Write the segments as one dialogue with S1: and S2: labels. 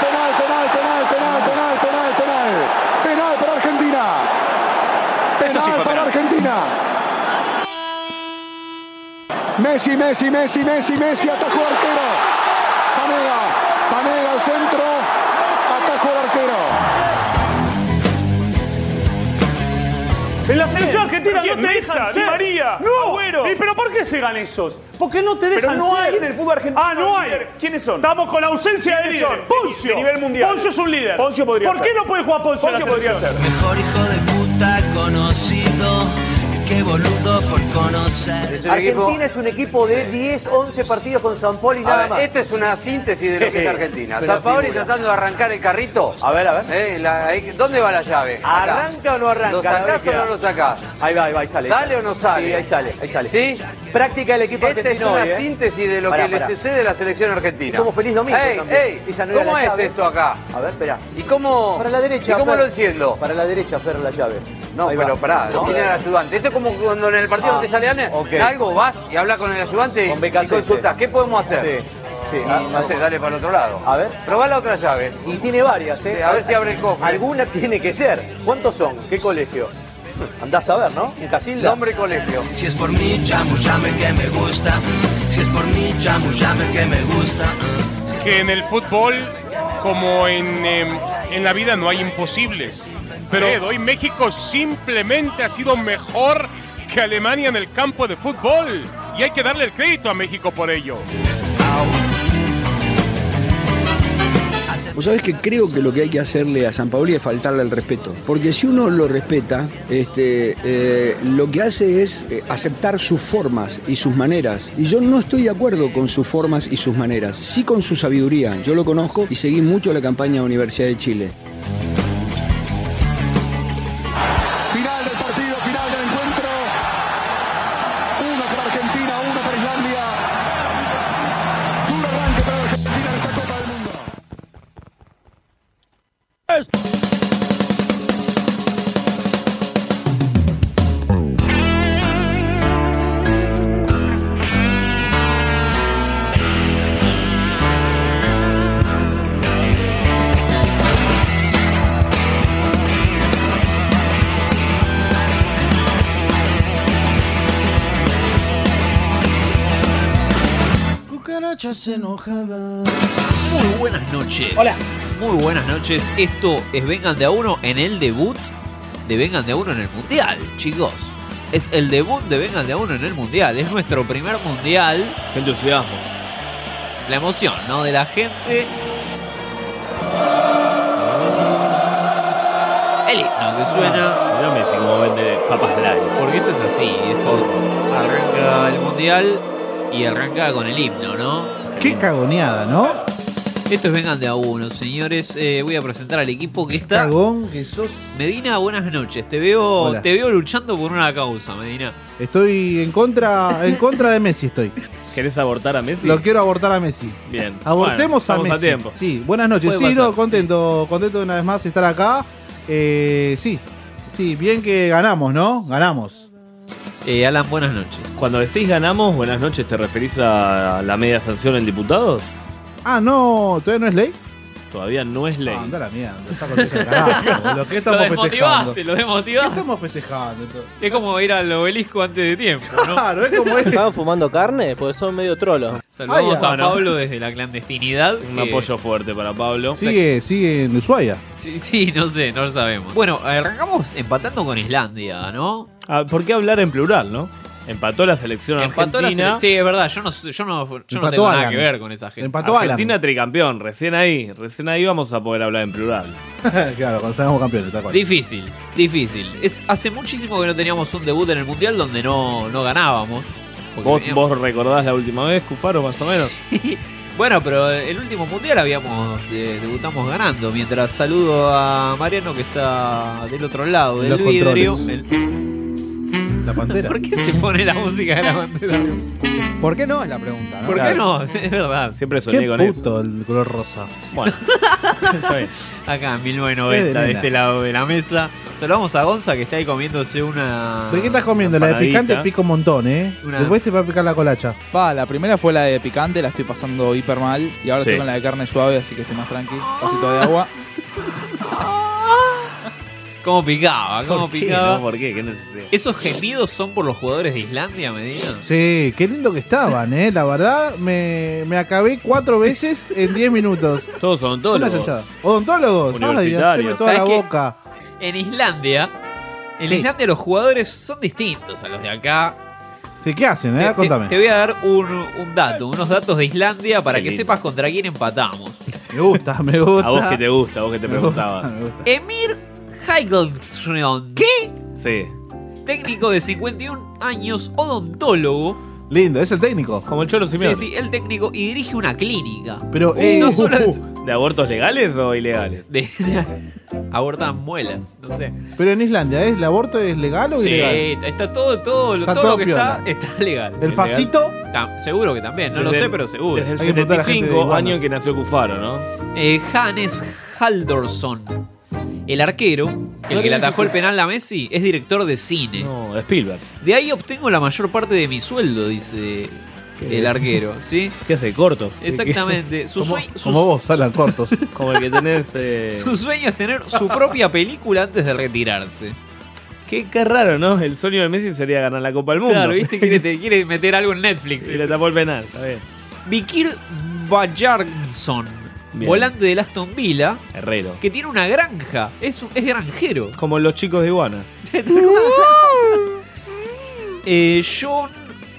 S1: penal, penal, penal, penal, penal, penal, penal, penal para Argentina. Penal para Argentina. Messi, Messi, Messi, Messi, Messi, atajó al arquero. Panega, Panega al centro, atajó al arquero.
S2: En la selección argentina no
S3: ¿Quién?
S2: te dejan
S3: Mesa,
S2: ser.
S3: Di María,
S2: no.
S3: Agüero.
S2: ¿Y pero por qué llegan esos? Porque no te dejan
S3: Pero no
S2: ser.
S3: hay en el fútbol argentino
S2: Ah, no hay.
S3: líder. ¿Quiénes son?
S2: Estamos con la ausencia de
S3: ¿Quiénes
S2: líder.
S3: son? De-
S2: Poncio.
S3: de nivel mundial.
S2: Poncio es un líder.
S3: Poncio podría
S2: ¿Por
S3: ser.
S2: qué no puede jugar Poncio? en la
S3: Poncio podría ser.
S2: selección?
S4: Mejor hijo de puta conocido, qué boludo por conocer.
S5: Argentina es un equipo de 10, 11 partidos con San Paul y
S6: A
S5: nada
S6: ver,
S5: más.
S6: esto es una síntesis de lo que es Argentina. San Paoli tratando de arrancar el carrito.
S5: A ver, a ver.
S6: Eh, la- ahí- ¿Dónde va la llave? Acá.
S5: ¿Arranca o no arranca?
S6: ¿Lo
S5: A ver
S6: sacás
S5: qué
S6: o no
S5: da.
S6: lo sacás?
S5: Ahí va, ahí va, ahí sale.
S6: ¿Sale o no sale?
S5: Sí, ahí sale, ahí sale.
S6: ¿Sí?
S5: Práctica del equipo
S6: Esta es
S5: argentino
S6: una
S5: hoy, ¿eh?
S6: síntesis de lo
S5: Pará,
S6: que
S5: pará.
S6: le sucede a la selección argentina.
S5: Y somos feliz domingo
S6: Ey,
S5: también.
S6: ey,
S5: Esa no era
S6: ¿Cómo
S5: la
S6: es
S5: llave.
S6: esto acá?
S5: A ver, espera.
S6: ¿Y cómo,
S5: Para la derecha.
S6: ¿y cómo
S5: Fer.
S6: lo enciendo?
S5: Para la derecha, Fer, la llave.
S6: No,
S5: Ahí va.
S6: pero pará,
S5: No.
S6: tiene al ayudante. Esto es como cuando en el partido
S5: Ah,
S6: te sale ane-
S5: ok.
S6: algo, vas y hablas con el ayudante
S5: Con
S6: y
S5: BKC,
S6: consultas.
S5: sí.
S6: ¿Qué podemos hacer?
S5: Sí, sí.
S6: Y,
S5: Ah,
S6: no sé, dale para el otro lado.
S5: A ver.
S6: Probá la otra llave.
S5: Y tiene varias, ¿eh?
S6: Sí, a ver si abre el cofre.
S5: Alguna tiene que ser. ¿Cuántos son? ¿Qué colegio? Andás a ver, ¿no? ¿En Casilda?
S6: Nombre y colegio.
S4: Si es por mí, chamullame que me gusta. Si es por mí, chamullame que me gusta.
S7: que en el fútbol, como en, em, en la vida, no hay imposibles. Pero hoy México simplemente ha sido mejor que Alemania en el campo de fútbol. Y hay que darle el crédito a México por ello.
S8: Vos sabés que creo que lo que hay que hacerle a San Paoli es faltarle el respeto. Porque si uno lo respeta, este, eh, lo que hace es eh, aceptar sus formas y sus maneras. Y yo no estoy de acuerdo con sus formas y sus maneras, sí con su sabiduría. Yo lo conozco y seguí mucho la campaña de Universidad de Chile.
S1: Final del partido, final del encuentro. Uno para Argentina, uno para Islandia. Duro arranque para Argentina en esta Copa del Mundo.
S9: Muy buenas noches.
S5: Hola.
S9: Muy buenas noches. Esto es Vengan de a uno en el debut de Vengan de a uno en el mundial, chicos. Es el debut de Vengan de a uno en el mundial. Es nuestro primer mundial. Qué entusiasmo. La emoción, ¿no? De la gente. El himno que suena.
S3: Ah, Mirá Messi como vende papas lares.
S9: Porque esto es así. Esto es- arranca el mundial y arranca con el himno, ¿no?
S3: Qué
S10: cagoneada, ¿no?
S9: Esto es Vengan de a uno, señores. Eh, voy a presentar al equipo que está.
S10: Cagón que sos.
S9: Medina, buenas noches. Te veo,
S10: Hola.
S9: te veo luchando por una causa, Medina.
S10: Estoy en contra, en contra de Messi estoy.
S3: ¿Querés abortar a Messi?
S10: Lo quiero abortar a Messi.
S3: Bien.
S10: Abortemos
S3: Bueno,
S10: a
S3: estamos
S10: Messi.
S3: tiempo.
S10: Sí, buenas noches.
S3: Puede
S10: sí,
S3: pasar,
S10: no, contento, contento de una vez más estar acá. Eh, sí, sí, bien que ganamos, ¿no? Ganamos.
S9: Eh, Alan, buenas noches.
S3: Cuando decís ganamos, buenas noches, ¿te referís a la media sanción en diputados?
S10: Ah, no, todavía no es ley.
S3: Todavía no es ley.
S10: Ah, anda la mierda, saco el carajo, boludo, ¿Qué estamos
S9: lo
S10: festejando?
S9: desmotivaste,
S10: ¿Qué
S9: lo desmotivaste.
S10: estamos festejando? entonces?
S9: Es como ir al obelisco antes de tiempo, ¿no?
S10: Claro, es como es.
S5: ¿Estaban fumando carne? Porque son medio trolos.
S9: Saludamos
S10: Ah, ya.
S9: a Pablo desde la clandestinidad.
S3: Un
S9: que-
S3: apoyo fuerte para Pablo.
S10: Sigue, sigue en Ushuaia.
S9: Sí, sí, no sé, no lo sabemos. Bueno, arrancamos empatando con Islandia, ¿no?
S3: Ah, ¿Por qué hablar en plural, no? Empató la selección
S9: Empató la
S3: argentina.
S9: sele- Sí, es verdad, yo no, sé- yo no, yo no
S10: Empató
S9: tengo nada
S10: Alan.
S9: que ver con esa gente.
S10: Empató
S3: Argentina
S10: Alan.
S3: tricampeón, recién ahí, recién ahí vamos a poder hablar en plural.
S10: claro, cuando salgamos campeones, tal cual.
S9: Difícil, difícil. Es, hace muchísimo que no teníamos un debut en el Mundial donde no, no ganábamos. Porque
S3: ¿Vos,
S9: veníamos-
S3: vos recordás la última vez, Cufaro, más o menos?
S9: Bueno, pero el último mundial habíamos eh, debutamos ganando. Mientras saludo a Mariano que está del otro lado del
S10: Los
S9: vidrio.
S10: controles.
S9: El-
S10: La pantera.
S9: ¿Por qué se pone la música de la bandera?
S11: ¿Por qué no? Es la pregunta. ¿no?
S9: ¿Por qué no? Es verdad.
S3: Siempre
S10: Qué puto el color rosa.
S3: Bueno.
S9: Acá, en
S10: Es de
S9: 1990, de
S10: nena.
S9: este lado de la mesa. Saludamos a Gonza que está ahí comiéndose una.
S10: ¿De qué estás comiendo? La de picante pica un montón, ¿eh?
S11: Una-
S10: Después te va a picar la colacha.
S11: Pa, la primera fue la de picante, la estoy pasando hiper mal. Y ahora
S10: Sí.
S11: estoy con la de carne suave, así que estoy más tranqui. Vasito de agua.
S9: ¿Cómo picaba? ¿Cómo
S3: ¿Por qué,
S9: picaba?
S3: no? ¿Por qué? ¿Qué necesidad?
S9: ¿Esos gemidos son por los jugadores de Islandia, Medina?
S10: Sí, qué lindo que estaban, ¿eh? La verdad, me, me acabé cuatro veces en 10 minutos.
S3: Todos son todos
S10: Una chanchada. Odontólogos. Ay, haceme toda la
S9: ¿Sabes qué?
S10: boca.
S9: En Islandia, en
S10: Sí.
S9: Islandia los jugadores son distintos a los de acá.
S10: Sí, ¿qué hacen, eh?
S9: Te-
S10: Contame.
S9: Te, voy a dar un, un dato, unos datos de Islandia para
S10: Qué
S9: que
S10: lindo.
S9: sepas contra quién empatamos.
S10: Me gusta, me gusta.
S3: A vos que te gusta, a vos que te
S10: Me gusta,
S3: preguntabas.
S10: me gusta.
S9: Emir Heigelson. ¿Qué?
S3: Sí.
S9: Técnico de 51 años, odontólogo.
S10: Lindo, es el técnico.
S3: Como el Cholo
S9: Uh. Sí,
S3: Simeone.
S9: sí, el técnico y dirige una clínica.
S10: Pero,
S9: Sí,
S10: eh,
S9: no solo es-
S3: ¿De abortos legales o ilegales?
S9: De, abortan muelas, no sé.
S10: Pero en Islandia, ¿eh? ¿El aborto es legal o
S9: Sí,
S10: ilegal?
S9: está todo, todo,
S10: Está
S9: todo,
S10: todo
S9: lo que
S10: piola.
S9: está, está legal.
S10: ¿El facito?
S9: Tam- seguro que también, no
S3: Desde
S9: lo sé,
S3: el-
S9: pero seguro.
S3: Desde el 75, año en que nació Cufaro, ¿no?
S9: Eh, Hannes Haldorsson, el arquero, el que le atajó el penal a Messi, es director de cine.
S3: No, Spielberg.
S9: De ahí obtengo la mayor parte de mi sueldo, dice el arquero, ¿sí?
S3: ¿Qué hace? Cortos.
S9: Exactamente. Su
S3: Como-
S9: sue- su-
S10: Como vos, salen cortos.
S3: Como el que tenés. eh,
S9: su sueño es tener su propia película antes de retirarse.
S3: Qué, qué raro, ¿no? El sueño de Messi sería ganar la Copa del Mundo.
S9: Claro, ¿viste? Quiere, te- quiere meter algo en Netflix.
S3: Y le tapó el penal, está bien.
S9: Vikir Bajarnson,
S3: Bien.
S9: volante del Aston Villa,
S3: Herrero.
S9: que tiene una granja. Es, un- es granjero.
S3: Como los chicos de Iguanas.
S9: Eh, John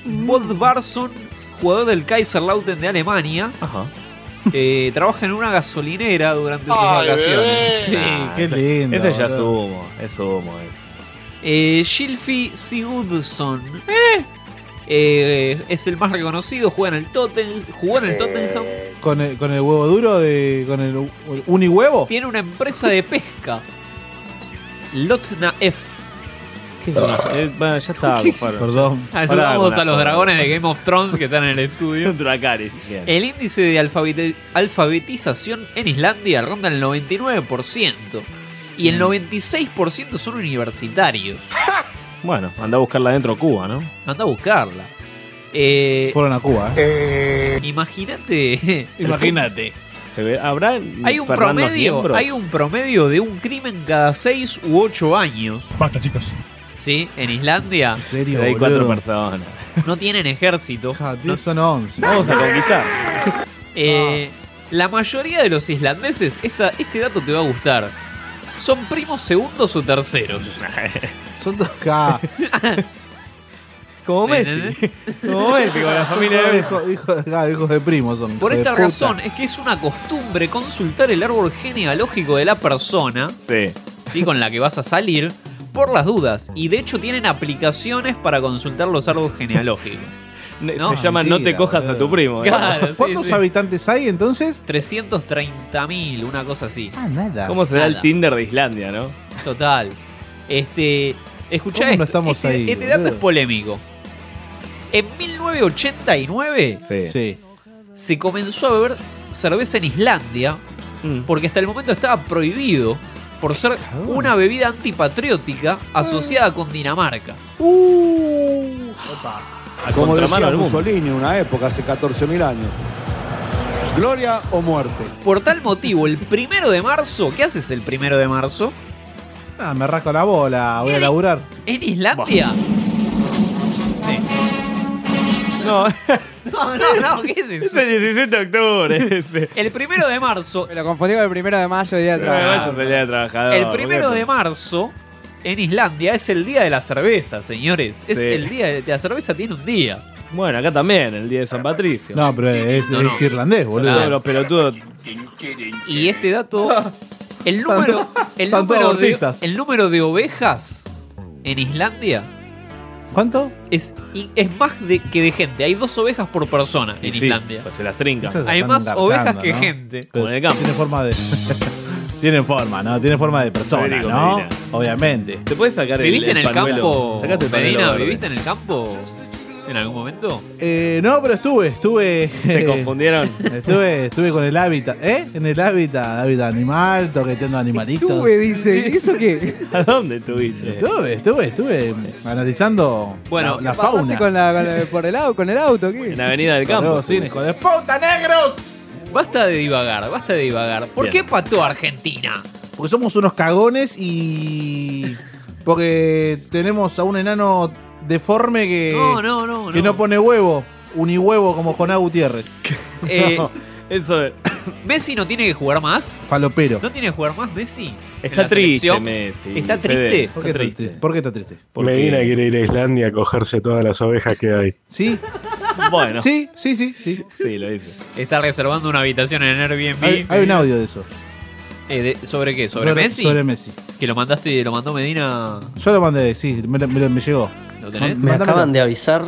S9: Bodvarsson, jugador del Kaiserlauten de Alemania. eh, trabaja en una gasolinera durante sus
S3: Ay,
S9: vacaciones. Sí.
S3: Nah, Ah, ese- Ese ya es humo, es humo ese.
S9: Eh, Shilfi Sigurdsson. Eh, es el más reconocido, juega en el Totten, jugó en el Tottenham.
S10: ¿Con el, con el huevo duro de. con el u- uni huevo?
S9: Tiene una empresa de pesca. Lotna F.
S3: ¿Qué es una- eh, bueno, ya está,
S9: ¿Qué?
S3: Cufaro.
S10: Perdón.
S9: Saludamos
S3: Pará,
S9: a los
S3: pará.
S9: dragones de Game of Thrones que están en el estudio.
S3: bien.
S9: El índice de alfabete- alfabetización en Islandia ronda el 99%. Y el 96% son universitarios.
S3: Bueno, anda a buscarla dentro de Cuba, ¿no?
S9: Anda a buscarla. Eh,
S10: Fueron a Cuba, ¿eh?
S9: Imagínate.
S3: Imagínate. Se ve, ¿Habrá
S9: Hay un
S3: Fernando
S9: promedio,
S3: Miembros?
S9: hay un promedio de un crimen cada 6 u 8 años.
S3: Basta, chicos.
S9: ¿Sí? En Islandia.
S10: serio,
S3: Hay
S10: boludo?
S3: cuatro personas.
S9: No tienen ejército.
S10: No son 11.
S3: Vamos a conquistar.
S9: Eh, La mayoría de los islandeses, esta, este dato te va a gustar. Son primos segundos o terceros.
S10: Son dos Ah. K.
S3: Como
S9: Messi. Como Messi, con la
S10: Son
S9: familia de
S10: todos
S9: Messi.
S10: hijos, hijos de- ah, hijos de primos son.
S9: Por
S10: hijos de
S9: esta
S10: puta.
S9: razón eh. es que es una costumbre consultar el árbol genealógico de la persona
S3: Sí.
S9: ¿sí? con la que vas a salir por las dudas. Y de hecho tienen aplicaciones para consultar los árboles genealógicos.
S3: Se llama No te cojas a tu primo. ¿eh?
S9: Claro, sí,
S10: ¿Cuántos
S9: sí.
S10: habitantes hay entonces?
S9: 330.000, una cosa así.
S10: Ah, nada.
S3: ¿Cómo será el
S9: Nada.
S3: Tinder de Islandia, no?
S9: Total. Este, escuchá
S3: ¿Cómo no
S9: esto.
S3: estamos
S9: este,
S3: ahí,
S9: este dato
S3: boludo?
S9: es polémico. En 1989
S10: Sí.
S9: se comenzó a beber cerveza en Islandia
S3: Mm.
S9: porque hasta el momento estaba prohibido por ser una bebida antipatriótica asociada con Dinamarca.
S12: Uh, como
S9: contramano
S12: decía
S9: del mundo.
S12: Mussolini en una época, hace 14.000 años. Gloria o muerte.
S9: Por tal motivo, el primero de marzo, ¿qué haces el primero de marzo?
S10: Ah, me rasco la bola, voy a laburar.
S9: En Islandia.
S3: No.
S9: No, no, no, ¿qué es
S3: Es
S9: eso?
S3: el 16 de octubre. ese.
S9: El primero de marzo.
S11: Me lo confundí con el primero de mayo, día de
S3: Pero
S11: trabajo.
S3: vaya a salir de trabajador.
S9: Ah. El primero de marzo en Islandia es el día de la cerveza, señores. Es
S3: Sí.
S9: el día de la cerveza tiene un día.
S3: Bueno, acá también, el día de San Patricio.
S10: No, pero es,
S3: No, no.
S10: es irlandés, boludo.
S3: Todos los pelotudos.
S9: Y este dato, el número, el
S10: Están todos
S9: número de,
S10: abortistas.
S9: el número de ovejas en Islandia
S10: ¿Cuánto?
S9: es, y- es más de- que de gente. Hay dos ovejas por persona en
S3: sí,
S9: Islandia.
S3: pues se las trincan.
S10: Esas
S9: Hay
S10: están
S9: más
S10: garchando,
S9: ovejas que
S10: ¿no?
S9: gente.
S10: Pero
S3: Como en el campo.
S10: Tiene forma de.
S13: Tienen forma, ¿no? Tienen forma de persona,
S3: Federico
S13: ¿no?
S3: Medina.
S13: Obviamente.
S3: ¿Te puedes sacar
S9: ¿Viviste en el
S3: pañuelo?
S9: campo?
S3: Sacate el pañuelo
S9: Medina,
S3: verde.
S9: ¿viviste en el campo? ¿En algún momento?
S10: Eh, no, pero estuve, estuve.
S3: ¿Te confundieron?
S10: Estuve, estuve con el hábitat, ¿eh? En el hábitat, hábitat animal, toqueteando animalitos.
S14: Estuve, dice. ¿Eso qué?
S3: ¿A dónde estuviste?
S10: Estuve, estuve, estuve analizando
S14: Bueno,
S10: la, la
S14: ¿qué pasaste
S10: fauna.
S14: con la- con la- por el auto, con el auto, ¿qué?
S3: En la Avenida del Campo.
S10: Los cines, hijo de puta, negros.
S9: Basta de divagar, basta de divagar. ¿Por qué pató Argentina?
S10: Porque somos unos cagones y. Porque tenemos a un enano deforme que.
S9: No, no, no,
S10: Que no pone huevo. Unihuevo como Jonás Gutiérrez.
S9: Eh,
S3: eso es.
S9: ¿Messi no tiene que jugar más?
S10: Falopero.
S9: ¿No tiene que jugar más Messi? en
S3: Está
S9: la
S3: triste,
S9: selección?
S3: Messi,
S9: ¿Está
S3: Fede.
S9: triste?
S10: ¿Por qué está triste? ¿Por qué está triste?
S15: Medina quiere ir a Islandia a cogerse todas las ovejas que hay.
S10: ¿Sí?
S3: Bueno.
S10: Sí, sí, sí. Sí,
S3: sí lo dice.
S9: Está reservando una habitación en Airbnb.
S10: Hay, hay un audio de eso.
S9: Eh, de- ¿Sobre qué? ¿Sobre, Messi?
S10: Sobre Messi.
S9: Que lo mandaste, lo mandó Medina.
S10: Yo lo mandé, sí, me, lo- me lo- me llegó.
S9: ¿Lo tenés?
S16: Me
S10: Mándamelo.
S16: acaban de avisar,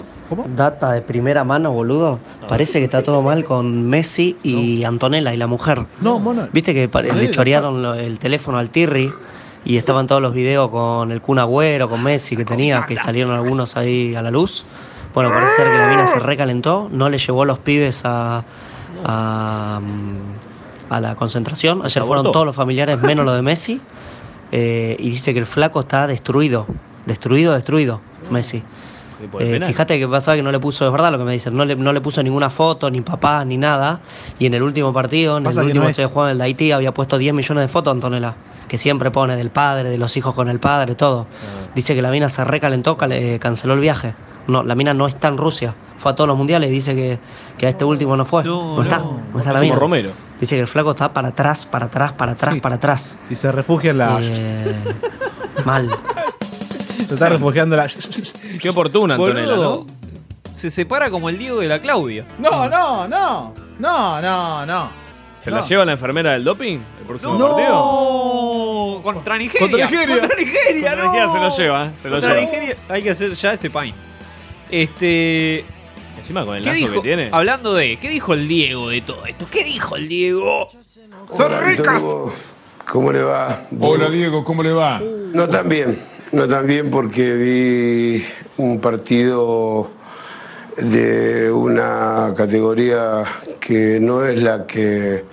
S16: data de primera mano, boludo. Parece que está todo mal con Messi y Antonella y la mujer.
S10: No, mono.
S16: Viste que pare-
S10: Antonella,
S16: le chorearon lo- el teléfono al Tirri y estaban todos los videos con el Kun Agüero, con Messi que tenía, que salieron algunos ahí a la luz. Bueno, parece ser que la mina se recalentó, no le llevó a los pibes a, a, mm, a la concentración. Ayer fueron
S17: abortó.
S16: todos los familiares menos los de Messi. Eh, y dice que el flaco está destruido, destruido, destruido, Messi.
S3: Sí, por el
S16: Eh,
S3: penal.
S16: fíjate que pasaba que no le puso, es verdad lo que me dicen, no le, no le puso ninguna foto, ni papá, ni nada. Y en el último partido, en
S10: Pasa
S16: el
S10: que
S16: último
S10: no
S16: que
S10: es.
S16: se jugó en el de Haití, había puesto 10 millones de fotos Antonella, que siempre pone del padre, de los hijos con el padre, todo. Dice que la mina se recalentó, cal- eh, canceló el viaje. No, la mina no está en Rusia, fue a todos los mundiales y dice que, que a este último no fue. No, está, no, está la
S3: Como
S16: mina.
S3: Romero.
S16: Dice que el flaco está para atrás, para atrás, para atrás, para atrás.
S10: Y se refugia en la.
S16: Eh, mal.
S10: Se está refugiando en la.
S3: Qué oportuna, Antonella,
S9: Boludo,
S3: ¿no?
S9: Se separa como el Diego de la Claudia.
S10: No, no, no. No, no, no.
S3: ¿Se
S10: No.
S3: la lleva la enfermera del doping? ¿El próximo
S10: No.
S3: partido?
S9: Contra Nigeria.
S3: Contra Nigeria.
S9: Contra Nigeria,
S3: Contra
S9: no.
S3: Nigeria se lo lleva, eh, se lo
S9: Contra
S3: lleva.
S9: Nigeria. Hay que hacer ya ese pain. Este.
S3: Encima con el
S9: ¿Qué
S3: lazo
S9: dijo?
S3: que tiene.
S9: Hablando de. ¿Qué dijo el Diego de todo esto? ¿Qué dijo el Diego? ¡Son ricas!
S6: ¿Cómo le va?
S18: Hola Diego, ¿cómo le va?
S6: No tan bien, no tan bien porque vi un partido de una categoría que no es la que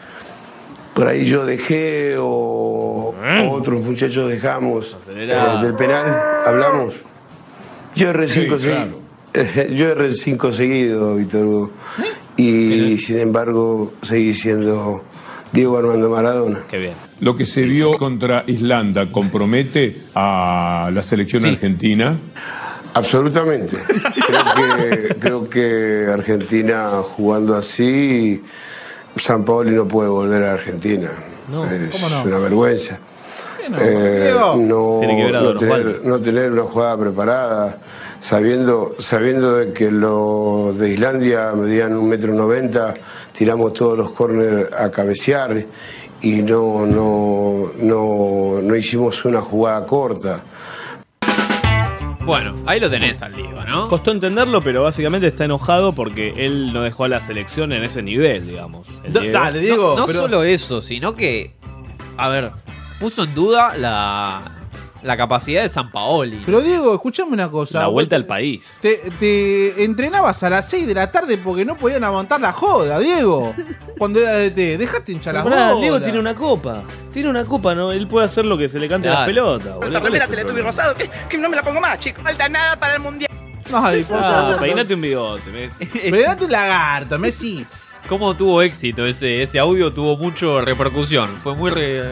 S6: por ahí yo dejé o
S18: ¿Eh?
S6: otros muchachos dejamos
S3: Acelerá.
S6: Eh, del penal, hablamos. Yo R5
S18: Sí,
S6: segui-
S18: claro. ¿Eh?
S6: Yo R5 seguido, Víctor Hugo. Y sin embargo, seguí siendo Diego Armando Maradona.
S3: Qué bien.
S18: Lo que se vio contra Islanda compromete a la selección argentina.
S6: Absolutamente. Creo que, creo que Argentina jugando así, San Paoli no puede volver a Argentina. es
S19: ¿cómo no?
S6: una vergüenza.
S19: no?
S6: Eh,
S19: Diego.
S6: no,
S19: Tiene que ver a
S6: no
S19: Don
S6: tener,
S19: Osvaldo.
S6: no tener una jugada preparada, sabiendo, sabiendo de que los de Islandia medían un metro noventa, tiramos todos los corners a cabecear y no, no, no, no hicimos una jugada corta.
S9: Bueno, ahí lo tenés al Diego, ¿no?
S3: Costó entenderlo, pero básicamente está enojado porque él no dejó a la selección en ese nivel, digamos. el Diego.
S9: No, no solo eso, sino que. A ver, puso en duda la. La capacidad de San Paoli.
S10: Pero Diego, escúchame una cosa.
S9: La vuelta
S10: Vos
S9: al
S3: país.
S10: Te, te entrenabas a las 6 de la tarde porque no podían aguantar la joda, Diego. Cuando era de te, dejate hinchar las
S3: Pero pará,
S10: bolas.
S3: Diego tiene una copa. Tiene una copa, ¿no? Él puede hacer lo que se le cante las
S10: Claro.
S3: pelotas. boludo.
S20: Esta
S3: ¿Cuál
S20: remera
S3: es el
S20: te la tuve
S3: problema?
S20: rosado, que, que no me la pongo más, chicos. Falta nada para el mundial.
S10: Ay, por
S3: Ah,
S10: favor.
S3: peinate un bigote, Messi.
S10: Peinate un lagarto, Messi.
S9: ¿Cómo tuvo éxito ese, ese audio? Tuvo mucho repercusión. Fue muy, re-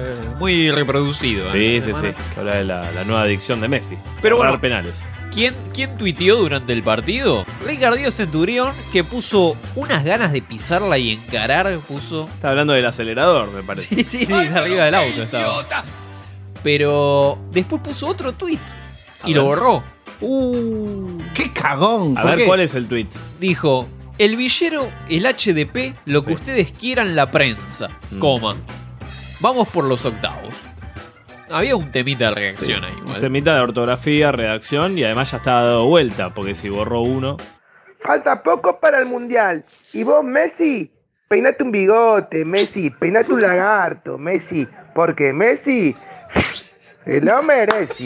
S9: muy reproducido.
S3: Sí,
S9: ¿eh?
S3: sí, sí. Que habla de la, la nueva adicción de Messi.
S9: Pero
S3: Errar
S9: bueno.
S3: penales.
S9: ¿Quién, ¿Quién tuiteó durante el partido? Ricardío Centurión, que puso unas ganas de pisarla y encarar, puso.
S3: Está hablando del acelerador, me parece.
S9: Sí, sí, arriba del auto estaba. Pero después puso otro tweet y
S3: ver.
S9: lo borró.
S10: Uh, qué cagón.
S3: A
S9: ¿Por
S3: ver,
S9: qué?
S3: ¿cuál es el tweet?
S9: Dijo: El villero, el HDP, lo que ustedes quieran, la prensa. Coma. Vamos por los octavos. Había un temita de reacción ahí, igual.
S3: Temita de ortografía, redacción y además ya está dado vuelta, porque si borró uno.
S20: Falta poco para el mundial. Y vos, Messi,
S17: peinate un bigote, Messi, peinate un lagarto, Messi, porque Messi se lo merece.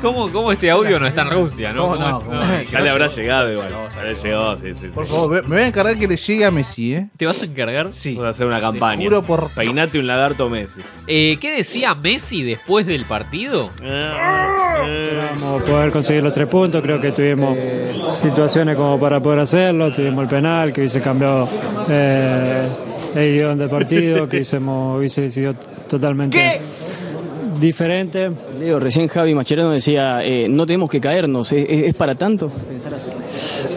S9: ¿Cómo, ¿Cómo este audio no está en Rusia, no?
S10: No, no,
S9: ¿Cómo-
S10: no,
S9: ya le habrá llegado igual. Ya le llegó, sí, sí. sí.
S10: Por favor, me- me voy a encargar que le llegue a Messi, ¿eh?
S9: ¿Te vas a encargar? Sí. Vamos a hacer una campaña.
S10: juro por-
S9: Peinate un lagarto Messi. Eh, ¿Qué decía Messi después del partido?
S19: Vamos a poder conseguir los tres puntos, creo que tuvimos situaciones como para poder hacerlo, tuvimos el penal que hubiese cambiado eh, el guión del partido, que hubiésemos- hubiese sido totalmente diferente.
S21: Leo, recién Javi Macherano decía, eh, no tenemos que caernos, ¿es, es- es para tanto?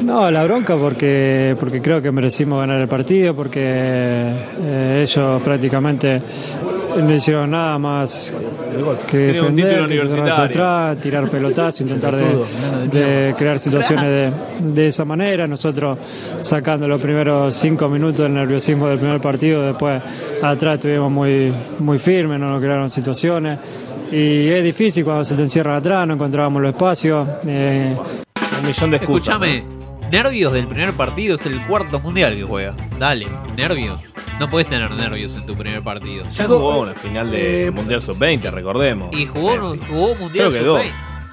S19: No, la bronca porque, porque creo que merecimos ganar el partido, porque eh, ellos prácticamente no hicieron nada más que
S9: Tiene un título
S19: defender, que cerrar hacia
S9: universitario.
S19: atrás, tirar pelotazo, intentar
S9: Pelotudo,
S19: de, de crear situaciones de, de esa manera. Nosotros sacando los primeros cinco minutos del nerviosismo del primer partido, después atrás estuvimos muy, muy firmes, no nos crearon situaciones. Y es difícil cuando se te encierran atrás, no encontrábamos los espacios. eh,
S9: Un millón de
S19: excusas.
S9: Escúchame,
S19: nervios del
S9: primer partido es el cuarto mundial que juega. Dale, nervios. No puedes tener nervios en tu primer partido.
S3: Ya jugó una final
S10: eh,
S3: de Mundial Sub-20, recordemos.
S9: Y jugó, jugó mundial
S3: Creo que
S9: sub
S3: dos.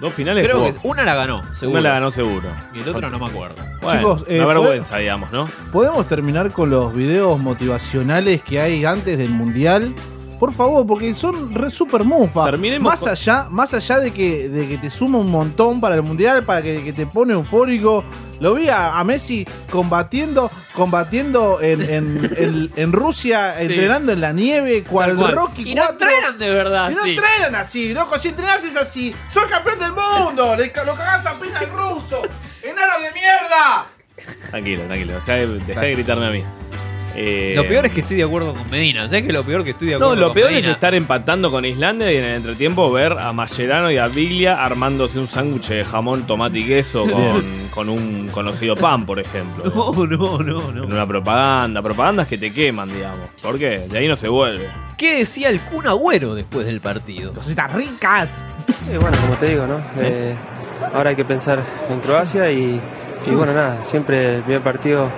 S3: Dos finales
S9: Creo
S3: jugó.
S9: que una la ganó, seguro.
S3: Una la ganó seguro.
S9: Y el otro no me acuerdo.
S3: Bueno,
S10: Chicos, eh,
S3: una vergüenza, digamos, ¿no?
S10: ¿Podemos terminar con los videos motivacionales que hay antes del mundial? Por favor, porque son re super mufa.
S3: Terminemos
S10: más
S3: con-
S10: allá, más allá de que, de que te suma un montón para el mundial, para que, que te pone eufórico. Lo vi a, a Messi combatiendo, combatiendo en, en- en- en Rusia,
S9: Sí.
S10: entrenando en la nieve, cual
S9: cual.
S10: Rocky
S9: Y no
S10: 4.
S9: entrenan de verdad
S10: Y no
S9: así.
S10: entrenan así, loco. Si entrenás es así, sos campeón del mundo. Le ca- lo cagás a pena al ruso. ¡Enano de mierda!
S3: Tranquilo, tranquilo. Dejá de, dejá de
S9: Gracias.
S3: gritarme a mí. Eh,
S9: Lo peor es que estoy de acuerdo con Medina. ¿Sabes que lo peor que estoy de
S3: No,
S9: acuerdo
S3: lo
S9: con
S3: peor es
S9: Medina?
S3: estar empatando con Islandia y en el entretiempo ver a Mascherano y a Biglia armándose un sándwich de jamón, tomate y queso con, con un conocido pan, por ejemplo.
S9: No, no, no, no.
S3: En una propaganda, propagandas que te queman, digamos. ¿Por qué? De ahí no se vuelve.
S9: ¿Qué decía el Kun Agüero después del partido?
S10: Cositas ricas.
S22: Eh, bueno, como te digo, ¿no? Eh, ahora hay que pensar en Croacia y, y bueno, nada, siempre el primer partido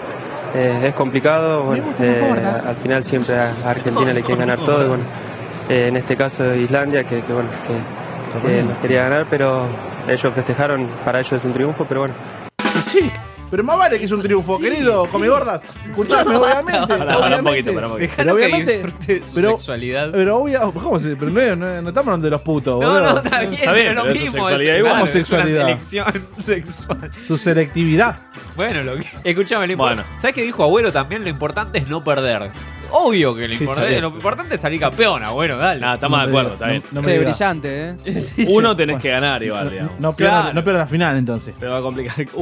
S22: eh, es complicado. Bueno, eh, al final siempre a Argentina le quieren ganar todo. Y bueno, eh, en este caso Islandia, que, que bueno, que, que nos quería ganar, pero ellos festejaron, para ellos es un triunfo, pero bueno.
S10: Sí, pero más vale que es un triunfo, querido, come gordas. Escuchame, obviamente.
S3: Pará, pará un poquito, pará un poquito.
S10: Pero
S3: Dejalo que
S10: obviamente.
S3: disfrute de su
S10: pero,
S3: sexualidad.
S10: Pero obvio. ¿Cómo se.? Pero no, no, no estamos hablando de los putos,
S3: No,
S10: boludo.
S3: no, está bien, Está bien, pero lo pero es su mismo, es- sexualidad igual.
S10: Como
S3: claro, es una
S10: sexualidad.
S9: Selección sexual.
S10: Su selectividad.
S9: Bueno, lo que. Escuchame, lo bueno. ¿Sabes qué dijo Agüero también? Lo importante es no perder. Obvio que lo,
S3: Sí, está
S9: importante,
S3: bien.
S9: lo importante es salir campeón, Agüero, dale. Nada,
S3: estamos No de me acuerdo, digas, está no- bien. no me Che, digas.
S9: brillante, ¿eh?
S3: Uno tenés que ganar, igual,
S10: No,
S3: digamos.
S10: no pierdas no pierdas la final, entonces.
S3: Se va a complicar.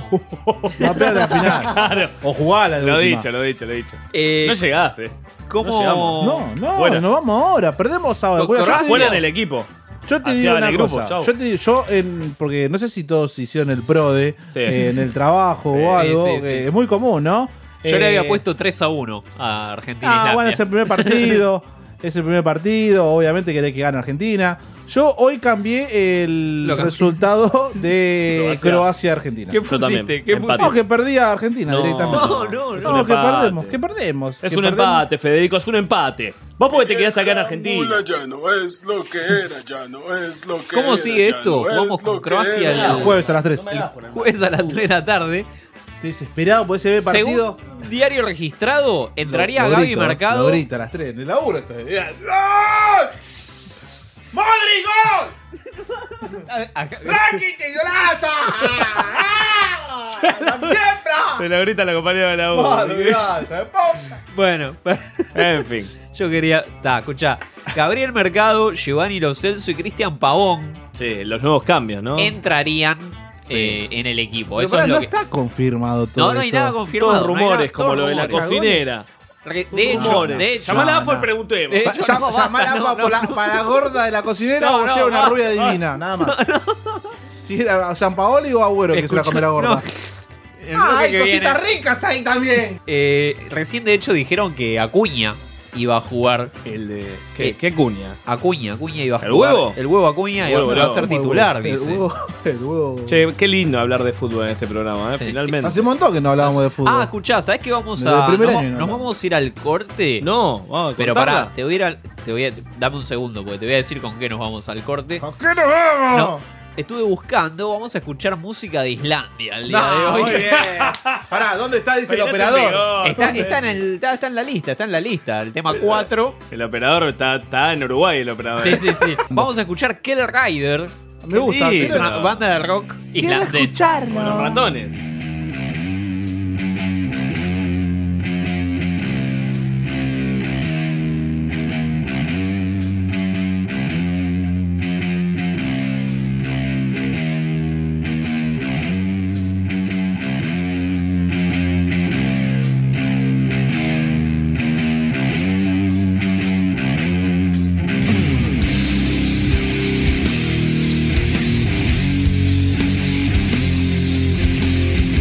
S10: No pierdas la final.
S3: claro.
S10: O jugala. de
S3: Lo he
S10: última.
S3: dicho, lo he dicho, lo he dicho.
S9: Eh,
S3: no llegás, eh. No llegamos.
S10: No, no,
S3: Fuera.
S10: nos vamos ahora. Perdemos ahora. Bueno, yo te
S3: Fuera en
S10: digo-
S3: el equipo.
S10: Yo te
S3: Hacia
S10: digo
S3: el
S10: una
S3: grupo,
S10: cosa.
S3: chau.
S10: Yo te digo, yo en, porque no sé si todos hicieron el PRODE
S9: Sí.
S10: eh, en el trabajo
S9: Sí,
S10: o algo.
S9: sí,
S10: que
S9: sí.
S10: Es muy común, ¿no?
S9: Yo le
S10: Eh,
S9: había puesto 3 a 1 a Argentina. e
S10: Ah,
S9: Islandia.
S10: bueno, es el primer partido. es el primer partido. Obviamente querés que gane Argentina. Yo hoy cambié el
S9: Lo cambié.
S10: resultado de
S9: Croacia.
S10: Croacia-Argentina.
S9: ¿Qué Yo pusiste? también. ¿Qué Empate.
S10: No, que perdía Argentina
S3: No,
S10: directamente.
S3: no, no,
S10: no.
S3: no.
S10: que
S3: empate.
S10: perdemos, que perdemos.
S3: Es
S10: que
S3: un
S10: perdemos.
S3: empate, Federico, es un empate. Vos porque te quedaste acá en Argentina.
S23: Ya no es lo que era, ya no es lo que
S9: ¿Cómo
S23: era,
S9: sigue
S23: ya
S9: esto?
S23: no es
S9: Jugamos
S23: lo
S9: con
S23: que
S9: Croacia
S23: era.
S9: el
S10: Jueves a las 3.
S9: jueves a las 3 de la tarde.
S10: desesperado por ese ve partido.
S9: Según diario registrado, entraría
S10: Lo- lo
S9: Gaby
S10: grito,
S9: Mercado.
S10: Lo grita a las 3. En el laburo esto es. ¡Ah! ¡Modric, gol! ¡Rakitic, golazo! ¡Ah! ¡La siembra!
S3: Se lo grita la compañera de la U.
S10: Modric, golazo, de pop.
S9: Bueno,
S3: en fin.
S9: Yo quería. Ta, escuchá. Gabriel Mercado, Giovanni Lo Celso y Cristian Pavón.
S3: Sí, los nuevos cambios, ¿no?
S9: Entrarían eh, en el equipo.
S10: Pero
S9: Eso
S10: pará,
S9: es lo
S10: no
S9: que.
S10: está confirmado todo.
S9: No, no hay
S10: esto.
S9: nada confirmado.
S3: Todos
S9: no hay
S3: rumores,
S9: nada,
S3: como
S9: todos
S3: lo de la
S9: rumores.
S3: cocinera.
S9: Re- De hecho,
S3: rumores.
S9: de hecho.
S3: Llamá a la AFA y
S9: preguntemos. De hecho,
S10: Llama-
S9: no,
S10: llama Eh, a la
S9: basta,
S10: AFA
S9: no,
S10: por la-
S9: no, no.
S10: para la gorda de la cocinera
S9: No,
S10: o
S9: no,
S10: lleva una
S9: basta,
S10: rubia divina, nada más. Si era a San Paoli o Agüero que se la
S9: Escucha,
S10: come la gorda.
S9: no. El bloque que viene-
S10: ricas ahí también!
S9: Eh, recién de hecho dijeron que Acuña iba a jugar. Eh,
S3: El de. ¿Qué, qué Acuña?
S9: Acuña, Acuña iba a
S3: ¿El
S9: jugar.
S3: huevo?
S9: El huevo Acuña
S3: El huevo,
S9: iba a
S3: no.
S9: ser titular, dice.
S3: Che, qué lindo hablar de fútbol en este programa, ¿eh? Finalmente.
S10: Hace un montón que no hablábamos de fútbol.
S9: Ah, escuchá, ¿sabes qué vamos
S10: Desde el
S9: a.
S10: primer
S9: nos,
S10: año,
S9: nos
S10: ¿no?
S9: vamos a ir al corte?
S3: No, vamos a
S9: Pero
S3: cortarla.
S9: pará, te voy a ir al. Te voy a, dame un segundo, porque te voy a decir con qué nos vamos al corte. ¿Con
S10: qué nos vamos?
S9: estuve buscando, vamos a escuchar música de Islandia el día
S10: No,
S9: de hoy.
S10: muy bien. Pará, ¿dónde está? Dice el operador.
S9: Está, está en el- está- está en la lista, está en la lista. El tema 4.
S3: El operador está, está en Uruguay, el operador.
S9: Sí, sí, sí. Vamos a escuchar Kell Rider.
S3: Me gusta,
S9: que Es
S3: Kell
S9: una
S3: Rider.
S9: banda de rock
S3: Quiero
S9: islandés.
S3: escucharlo. Con los ratones.
S1: Thank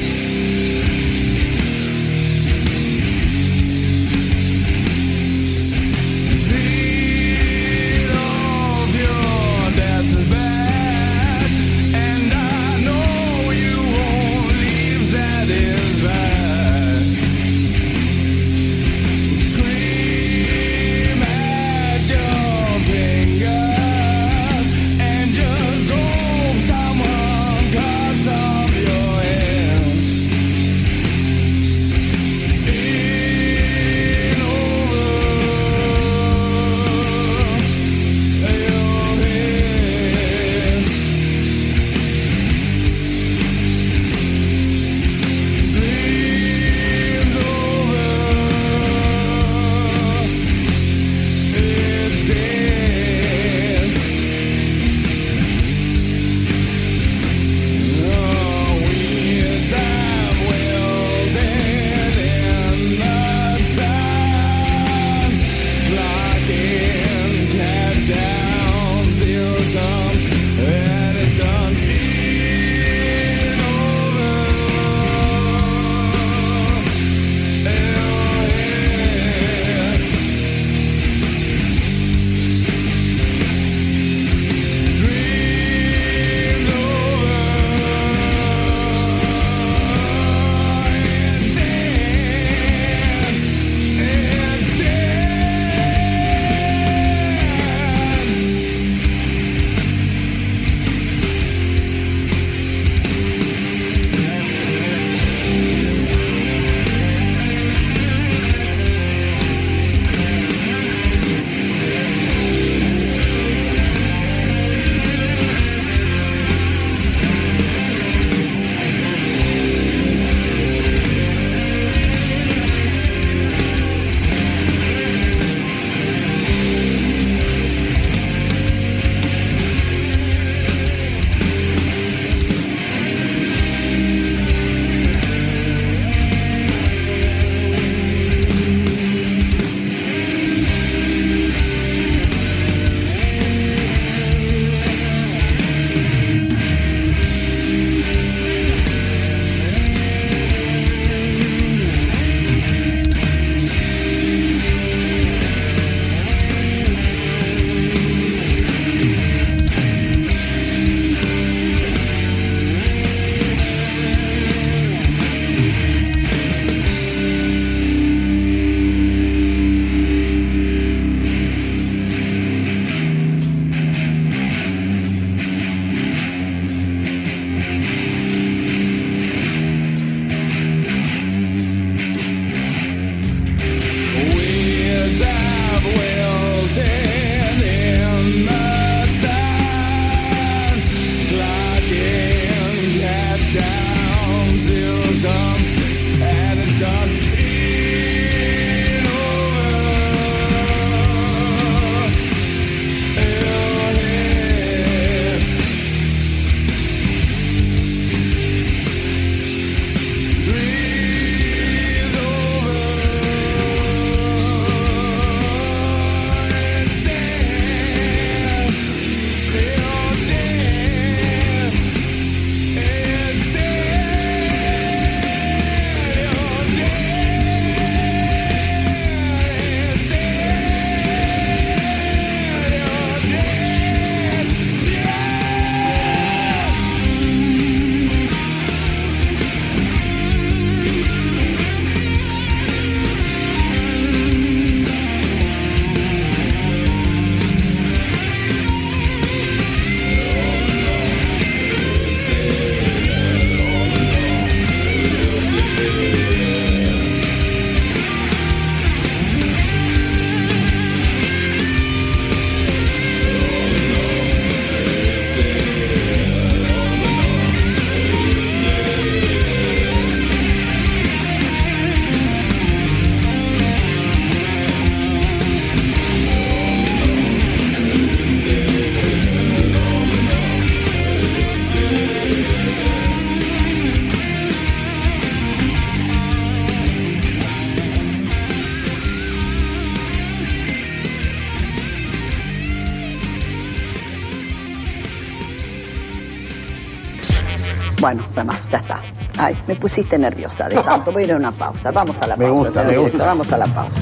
S1: Bueno, nada más, ya está. Ay, me pusiste nerviosa de santo. Voy a ir a una pausa. Vamos a la
S14: Me
S1: pausa,
S14: gusta,
S1: señor
S14: me
S1: director,
S14: gusta.
S1: Vamos a la pausa.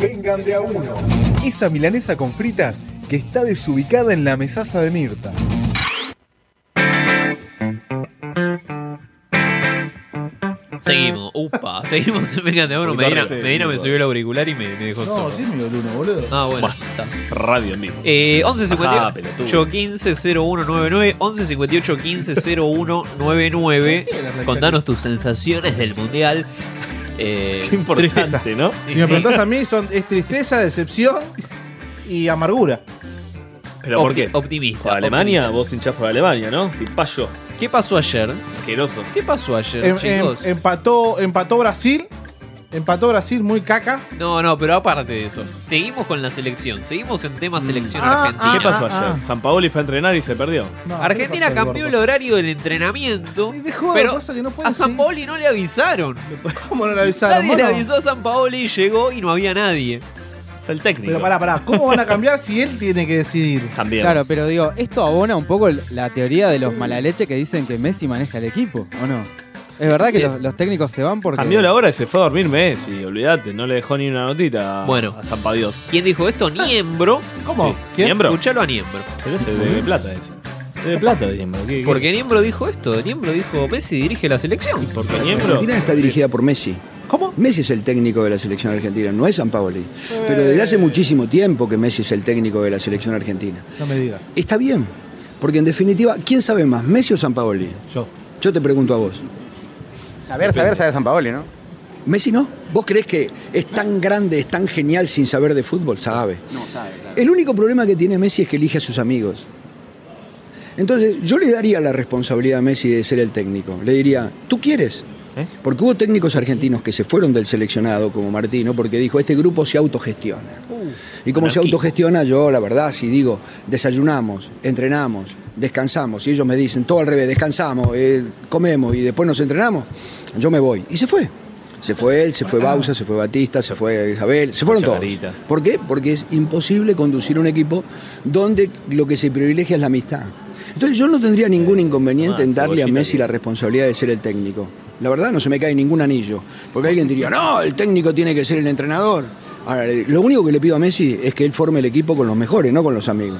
S14: Vengan de a uno. Esa milanesa con fritas que está desubicada en la mesaza de Mirta.
S9: Seguimos, upa, seguimos en Vengan de a Uno.
S10: Muy tarde,
S9: Medina,
S10: sí,
S9: Medina
S10: muy
S9: me
S10: tarde.
S9: subió el auricular y me, me dejó
S10: No,
S9: solo.
S10: sí, mi uno, boludo.
S9: Ah, bueno.
S3: Radio en vivo.
S9: Eh, 11
S3: Ajá,
S9: 58 15 0199 11 58 15 0199 Contanos tus sensaciones del mundial. Eh,
S3: Qué importante, ¿no?
S10: Si me preguntás a mí, son, es tristeza, decepción y amargura.
S3: ¿Pero por qué?
S9: Optimista.
S3: Por Alemania, vos hinchás por Alemania, ¿no? Sin payo.
S9: ¿Qué pasó ayer?
S3: Asqueroso.
S9: ¿Qué pasó ayer,
S10: Em- em-
S9: chicos?
S10: empató, empató Brasil. Empató Brasil muy caca.
S9: No, no, pero aparte de eso, seguimos con la selección, seguimos en tema selección
S10: Ah,
S9: argentina.
S10: ah, ¿Qué pasó ah, ayer?
S3: San Paoli fue a entrenar y se perdió.
S9: Argentina cambió el horario del entrenamiento,
S10: de
S9: pero
S10: cosas que no pueden
S9: a San Paoli no le avisaron.
S10: ¿Cómo no le avisaron?
S9: Nadie le
S10: mano?
S9: avisó a San Paoli y llegó y no había nadie.
S3: Es el técnico.
S10: Pero pará, pará, ¿cómo van a cambiar si él tiene que decidir?
S3: También.
S4: Claro, pero digo, esto abona un poco la teoría de los malaleche que dicen que Messi maneja el equipo, ¿o no? Es verdad que los, los técnicos se van porque.
S3: Cambió la hora y se fue a dormir Messi, olvídate, no le dejó ni una notita a,
S9: Bueno.
S3: a San Padios.
S9: ¿Quién dijo esto? Niembro.
S3: ¿Cómo? ¿Quién?
S9: ¿Niembro? Escuchalo a Niembro.
S3: Pero ese es de, de plata ese. Es de plata, Niembro. ¿Qué- qué?
S9: Porque Niembro dijo esto. Niembro dijo, Messi dirige la selección. ¿Por qué
S8: Argentina está dirigida por Messi. ¿Cómo? Messi es el técnico de la selección argentina, no es San Paoli.
S24: Eh.
S8: Pero desde hace muchísimo tiempo que Messi es el técnico de la selección argentina.
S10: No me digas.
S8: Está bien, porque en definitiva, ¿quién sabe más, Messi o San Paoli?
S10: Yo.
S8: Yo te pregunto a vos.
S24: Saber, saber, saber San Paoli, ¿no?
S8: Messi no. ¿Vos creés que es tan grande, es tan genial sin saber de fútbol? Sabe.
S24: No, sabe, claro.
S8: El único problema que tiene Messi es que elige a sus amigos. Entonces, yo le daría la responsabilidad a Messi de ser el técnico. Le diría, ¿tú quieres? Porque hubo técnicos argentinos que se fueron del seleccionado, como Martino, porque dijo, este grupo se autogestiona. Y como se autogestiona, yo la verdad, si digo, desayunamos, entrenamos, descansamos, y ellos me dicen, todo al revés, descansamos, eh, comemos y después nos entrenamos, yo me voy. Y se fue. Se fue él, se fue Bausa, se fue Batista, se fue Isabel, se fueron todos.
S3: Chacarita.
S8: ¿Por qué? Porque es imposible conducir un equipo donde lo que se privilegia es la amistad. Entonces yo no tendría ningún inconveniente en darle a Messi la responsabilidad de ser el técnico. La verdad no se me cae ningún anillo. Porque alguien diría, no, el técnico tiene que ser el entrenador. Ahora, le- lo único que le pido a Messi es que él forme el equipo con los mejores, no con los amigos.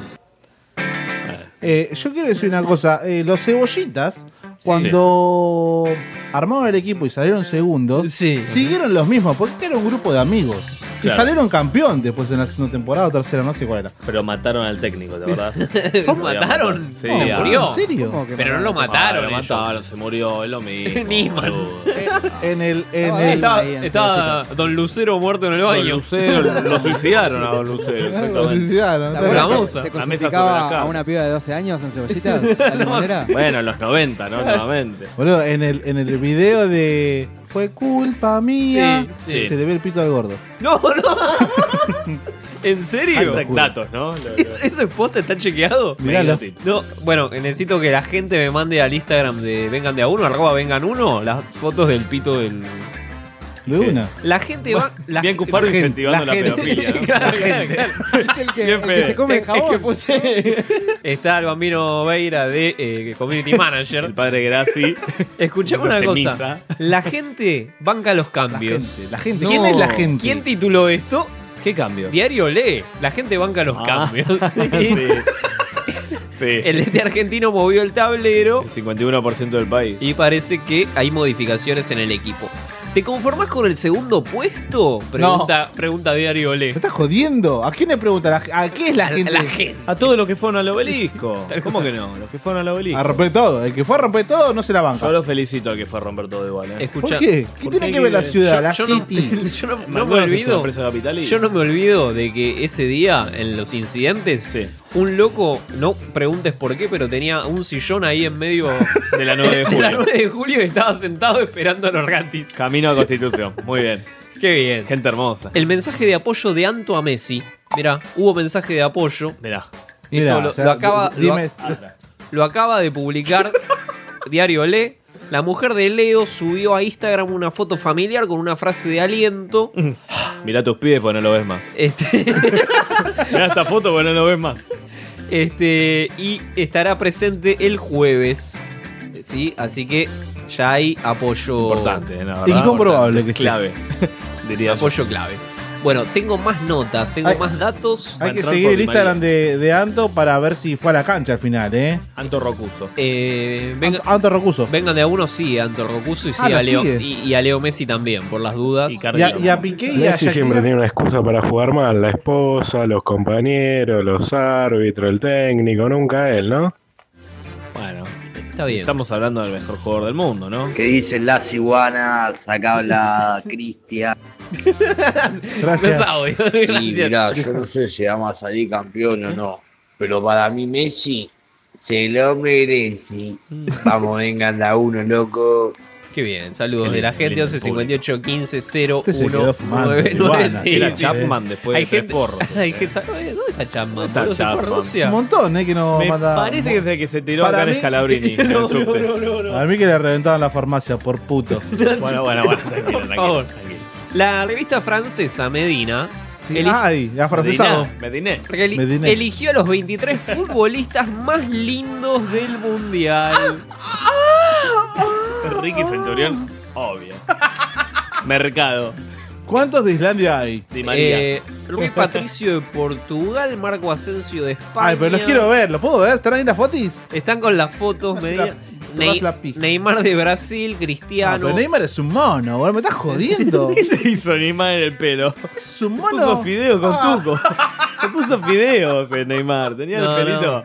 S10: Eh, yo quiero decir una cosa. eh, los cebollitas, cuando armaron el equipo y salieron segundos, siguieron los mismos, porque era un grupo de amigos. Y
S3: Claro.
S10: salieron campeón después en la segunda temporada o tercera, no sé cuál era.
S3: Pero mataron al técnico, ¿te acordás?
S9: ¿Lo
S3: Lo habían
S9: mataron?
S3: matado.
S9: ¿Se murió?
S10: ¿En serio? ¿Cómo que
S9: Pero no lo mataron.
S3: Ah, lo
S9: ellos.
S3: mataron, se murió, es lo mismo.
S9: Nisman.
S3: boludo.
S10: Eh, En el. En
S9: Estaba- estaba-
S10: el
S9: estaba Ah, Don Lucero muerto en el
S3: Don
S9: baño.
S3: Lucero, lo suicidaron a Don Lucero,
S10: Lo
S3: exactamente.
S10: suicidaron.
S4: ¿Te acuerdas
S3: La
S4: que
S3: musa.
S4: Se
S3: La mesa sobre la
S4: crucificaba
S3: cama.
S4: a una piba de 12 años en cebollitas, la limonera.
S3: Bueno, en los 90, ¿no? Nuevamente.
S10: Boludo, en el, en el video de. Fue culpa mía.
S3: Sí, sí.
S10: Se le ve el pito al gordo.
S9: No, no. ¿En serio?
S3: Hashtag datos, ¿no? Lo-
S9: ¿Es- ¿Eso es posta? ¿Está chequeado?
S3: Miralo.
S9: No, bueno, necesito que la gente me mande al Instagram de Vengan de a uno, arroba vengan uno, las fotos del pito del.
S10: De una.
S9: La gente va. La
S3: Bien Cufaro
S9: la gente-
S3: incentivando la
S9: gente-
S3: pedofilia, ¿no?
S9: Claro,
S3: La
S9: claro,
S3: gente.
S9: claro.
S3: Bien
S9: el que se
S3: feo.
S9: come jabón.
S3: Es que puse-
S9: Está el bambino Veira de eh, Community Manager. El
S3: padre Graci.
S9: Escuchame una
S3: Hace
S9: cosa.
S3: misa.
S9: La gente banca los cambios.
S10: La gente, ¿Quién es la gente?
S9: ¿Quién tituló esto?
S3: ¿Qué Ah. cambio?
S9: Diario lee. La gente banca los cambios. Sí. El este argentino movió el tablero.
S3: El 51% del país.
S9: Y parece que hay modificaciones en el equipo. ¿Te conformás con el segundo puesto? Pregunta, pregunta Diario Olé.
S10: ¿Estás jodiendo? ¿A quién le pregunta? ¿A la- ¿A qué es la gente?
S3: A todos los que fueron al obelisco. ¿Cómo que no? Los que fueron al obelisco.
S10: A romper todo. El que fue a romper todo no se la banca.
S3: Yo lo felicito a que fue a romper todo igual. ¿eh?
S9: Escucha,
S10: ¿Por qué? ¿Qué tiene que ver la ciudad, la
S9: no-
S10: city?
S9: yo no, no me
S3: Manuel es una
S9: olvido.
S3: empresa capitalista.
S9: Yo no me olvido de que ese día, en los incidentes, un loco, no preguntes por qué, pero tenía un sillón ahí en medio
S3: De la 9 de julio.
S9: la 9 de julio y estaba sentado esperando a los gatis.
S3: Camino a Constitución. Muy bien.
S9: Qué bien.
S3: Gente hermosa.
S9: El mensaje de apoyo de Anto a Messi. Mirá, hubo mensaje de apoyo.
S3: Mirá.
S10: Mirá,
S9: lo,
S10: o sea,
S9: lo acaba, lo,
S10: dime-
S9: lo acaba de publicar Diario Le. La mujer de Leo subió a Instagram una foto familiar con una frase de aliento.
S3: Mirá tus pies, pues no lo ves más.
S9: Este...
S3: Mirá esta foto, pues no lo ves más.
S9: Este, y estará presente el jueves. ¿Sí? Así que ya hay apoyo.
S3: Importante, la
S10: verdad, Incomprobable
S9: que clave. Diría apoyo clave. Bueno, tengo más notas, tengo
S10: Hay-
S9: más datos.
S10: Hay que seguir el Instagram de, de Anto para ver si fue a la cancha al final, ¿eh?
S3: Anto Rocuso.
S9: Eh, venga-
S10: Anto Rocuso.
S9: Vengan de a uno, sí, a Anto Rocuso y sí,
S10: Ah, lo
S9: a Leo,
S10: sigue.
S9: y, y a Leo Messi también, por las dudas.
S10: Y a, y a Piqué y a
S15: Messi siempre tiene una excusa para jugar mal. La esposa, los compañeros, los árbitros, el técnico, nunca él, ¿no?
S3: Bueno,
S9: está bien.
S3: Estamos hablando del mejor jugador del mundo, ¿no?
S25: ¿Qué dicen las iguanas? Acá habla Cristian.
S10: Gracias.
S25: Y mirá, yo no sé si vamos a salir campeón o no, pero para mí Messi se lo merece. Vamos, vengan la uno, loco.
S9: Qué bien, saludos
S25: Qué
S9: de la
S25: lindo,
S9: gente,
S25: lindo
S9: 11 58 15 0
S25: Este se quedó fumando,
S9: 9
S25: iguana,
S3: era Chapman después de
S9: hay
S3: tres
S9: gente,
S3: porros.
S9: Hay gente, ¿sabe? ¿Dónde está Chapman?
S3: está
S9: boludo? ¿Se fue a
S3: Chapman?
S9: Rusia?
S10: Un montón, ¿eh? Que no
S3: Me
S10: manda.
S3: parece que es el que se tiró
S10: Para
S3: acá en
S10: mí-
S3: Scalabrini en el subte.
S10: A mí que le reventaban la farmacia por puto.
S3: Bueno, bueno, bueno, tranquilo,
S9: Por
S3: tranquilo.
S9: favor. La revista francesa Medina. eli-
S10: ay, la francesa.
S9: Medina,
S3: Mediné.
S9: reali-
S10: Mediné.
S9: Eligió a los 23 futbolistas más lindos del mundial.
S3: Ah, Ricky Centurión, obvio. Mercado.
S10: ¿Cuántos de Islandia hay?
S3: Di María.
S9: Eh, Rui Patricio de Portugal, Marco Asensio de España.
S10: Ay, pero los quiero ver, ¿los puedo ver? ¿Están ahí las fotis?
S9: Están con las fotos,
S10: Hace
S9: Medina.
S10: la-
S9: Ney-
S10: tocás la pija.
S9: Neymar de Brasil,
S10: Ah,
S9: Cristiano.
S10: pero Neymar es un mono, boludo, me estás jodiendo.
S3: ¿Qué se hizo Neymar en el pelo?
S10: Es un
S3: Se
S10: mono. Ah.
S3: puso fideos con Tuco. Se puso fideos en Neymar. Tenía
S9: No,
S3: el pelito.
S9: no.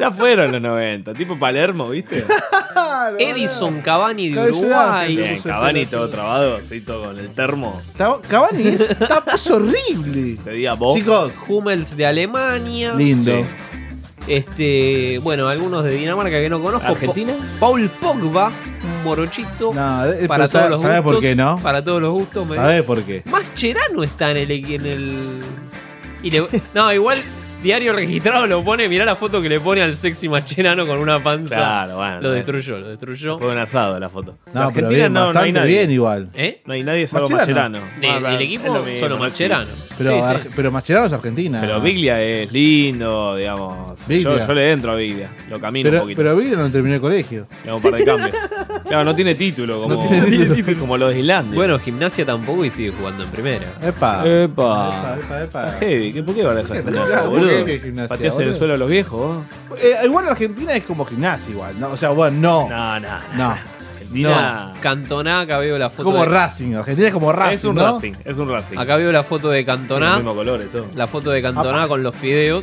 S3: Ya fueron los 90. Tipo Palermo, ¿viste?
S9: Edison Cavani de
S10: Cabello de ángel,
S9: Uruguay.
S3: Bien, Cavani todo trabado, así todo con el termo.
S10: Ta- Cavani es, ta- es horrible.
S3: Te diga vos.
S10: Chicos.
S9: Hummels de Alemania.
S10: Lindo.
S9: Sí. Este, bueno, algunos de Dinamarca que no conozco.
S3: ¿Argentina?
S9: Po- Paul Pogba, un morochito.
S10: No, eh,
S9: para
S10: pero
S9: todos
S10: sabe-
S9: los
S10: sabe
S9: gustos.
S10: por qué, ¿no?
S9: Para todos los gustos. me-
S10: ¿Sabes por qué?
S9: Mascherano está en el. En el y le- no, igual diario registrado lo pone. Mirá la foto que le pone al sexy Mascherano con una panza.
S3: Claro, bueno.
S9: Lo destruyó, lo destruyó.
S3: Fue un asado la foto.
S10: No,
S3: En
S10: pero bien, bastante bien igual.
S9: ¿Eh?
S3: No hay nadie salvo
S10: Mascherano.
S3: Mascherano.
S9: De-
S3: Ah,
S9: del
S3: es
S9: equipo,
S3: lo mismo,
S9: solo
S3: sí.
S9: Mascherano.
S10: Pero,
S9: Sí, sí.
S10: Ar- pero Mascherano es Argentina.
S3: Pero Biglia es lindo, digamos.
S10: Biglia.
S3: Yo, yo le entro a Biglia. Lo camino un
S10: pero,
S3: poquito.
S10: pero Biglia no terminó el colegio.
S3: Le hago un par de cambios. Claro, no tiene título como,
S10: tiene
S3: como los de Islandia.
S9: Bueno, gimnasia tampoco y sigue jugando en primera.
S10: Epa.
S3: Epa.
S10: Epa, epa, epa.
S3: Está heavy. ¿Qué- ¿Por qué van a esa
S10: ¿Por qué
S3: gimnasia,
S10: no?
S3: boludo?
S10: ¿Por qué gimnasia,
S3: Pateás en el
S10: boludo?
S3: suelo a los viejos, vos.
S10: Eh, igual Argentina es como gimnasia igual, ¿no? O sea, bueno, no.
S3: No, no,
S10: No.
S9: Argentina. Cantoná, acá veo la foto.
S10: Como
S9: de-
S10: Racing, Argentina es como Racing.
S9: Es un
S10: ¿no?
S9: Racing.
S3: Es un Racing.
S9: Acá veo la foto de Cantoná.
S3: Tiene los mismos colores, todo.
S9: La foto de Cantoná
S3: Apa.
S9: con los fideos.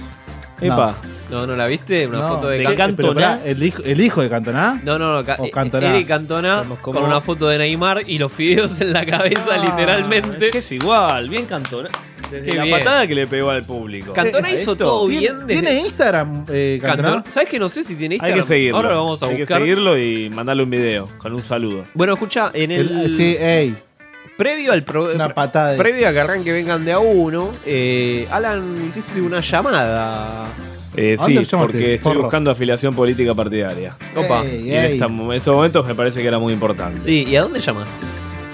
S3: Epa.
S9: No, no la viste. Una
S10: No.
S9: foto de,
S10: ¿Qué? Pero
S9: Cantoná.
S10: pará, ¿El hijo, ¿El hijo de Cantoná?
S9: No, no, no. Ca- eh,
S10: O Cantona.
S9: Eric Cantona con una foto de Neymar y los fideos en la
S3: Ah,
S9: cabeza, literalmente.
S3: Es que es igual, bien Cantona. Desde
S9: Qué
S3: la
S9: bien.
S3: patada que le pegó al público.
S9: Cantona hizo todo
S10: ¿Tiene,
S9: bien. desde-
S10: ¿Tiene Instagram, eh, Cantoná?
S9: Cantona- ¿Sabes que no sé si tiene
S3: Hay
S9: Instagram?
S3: que seguirlo.
S9: Ahora lo vamos a
S3: Hay que
S9: buscar.
S3: seguirlo y mandarle un video con un saludo.
S9: Bueno, escucha, en el.
S10: El- sí, ey.
S9: Previo al pro-
S10: Una patada de-
S9: previo a que arranque vengan de a uno, eh, Alan, hiciste una llamada.
S3: Eh,
S9: ¿A
S3: sí,
S9: dónde llamaste?
S3: porque estoy
S9: Porro.
S3: buscando afiliación política partidaria.
S9: Opa.
S3: Y en esta- en estos momentos me parece que era muy importante.
S9: Sí, ¿y a dónde llamaste?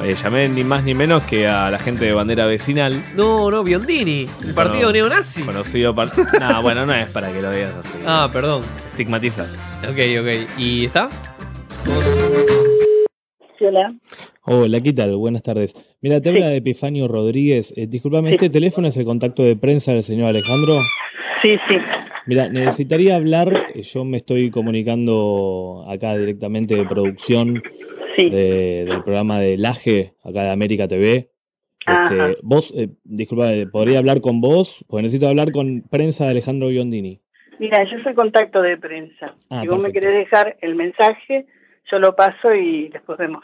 S3: Eh, llamé ni más ni menos que a la gente de bandera vecinal.
S9: No, no, Biondini, el partido
S3: Cono-
S9: neonazi.
S3: Conocido partido. no, bueno, no es para que lo digas así.
S9: Ah, perdón.
S3: Estigmatizas.
S9: Ok, ok. ¿Y está?
S26: Hola.
S7: Hola, ¿qué tal? Buenas tardes. Mira, te habla Epifanio Rodríguez. Eh, disculpame, ¿este teléfono es el contacto de prensa del señor Alejandro?
S26: Sí, sí.
S7: Mira, necesitaría hablar, eh, yo me estoy comunicando acá directamente de producción de- del programa de Laje, acá de América TV. Este, vos, eh, disculpame, ¿podría hablar con vos? Pues necesito hablar con prensa de Alejandro Biondini.
S26: Mira, yo soy contacto de prensa.
S7: Ah,
S26: si vos me
S7: perfecto.
S26: querés dejar el mensaje, yo lo paso y después vemos.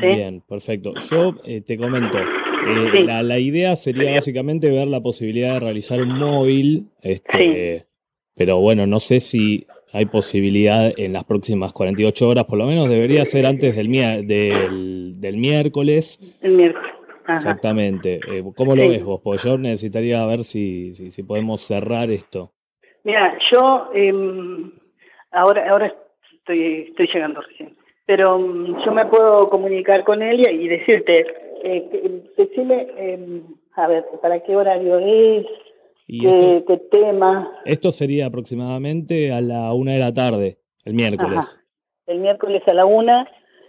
S26: ¿Sí?
S7: Bien, perfecto. Yo eh, te comento, eh, la, la idea sería básicamente ver la posibilidad de realizar un móvil, este, pero bueno, no sé si hay posibilidad en las próximas 48 horas, por lo menos debería ser antes del, mier- del, del miércoles.
S26: El miércoles. Ajá.
S7: Exactamente. Eh, ¿Cómo lo
S26: Sí.
S7: ves vos? Porque yo necesitaría ver si, si, si podemos cerrar esto.
S26: Mira, yo em, ahora, ahora estoy, estoy llegando recién, pero em, yo me puedo comunicar con él y, y decirte, eh, que- decime, em, a ver, ¿para qué horario es?
S3: Y esto,
S26: ¿Qué, qué tema?
S3: esto sería aproximadamente a la una de la tarde, el miércoles.
S26: Ajá. El miércoles a la una.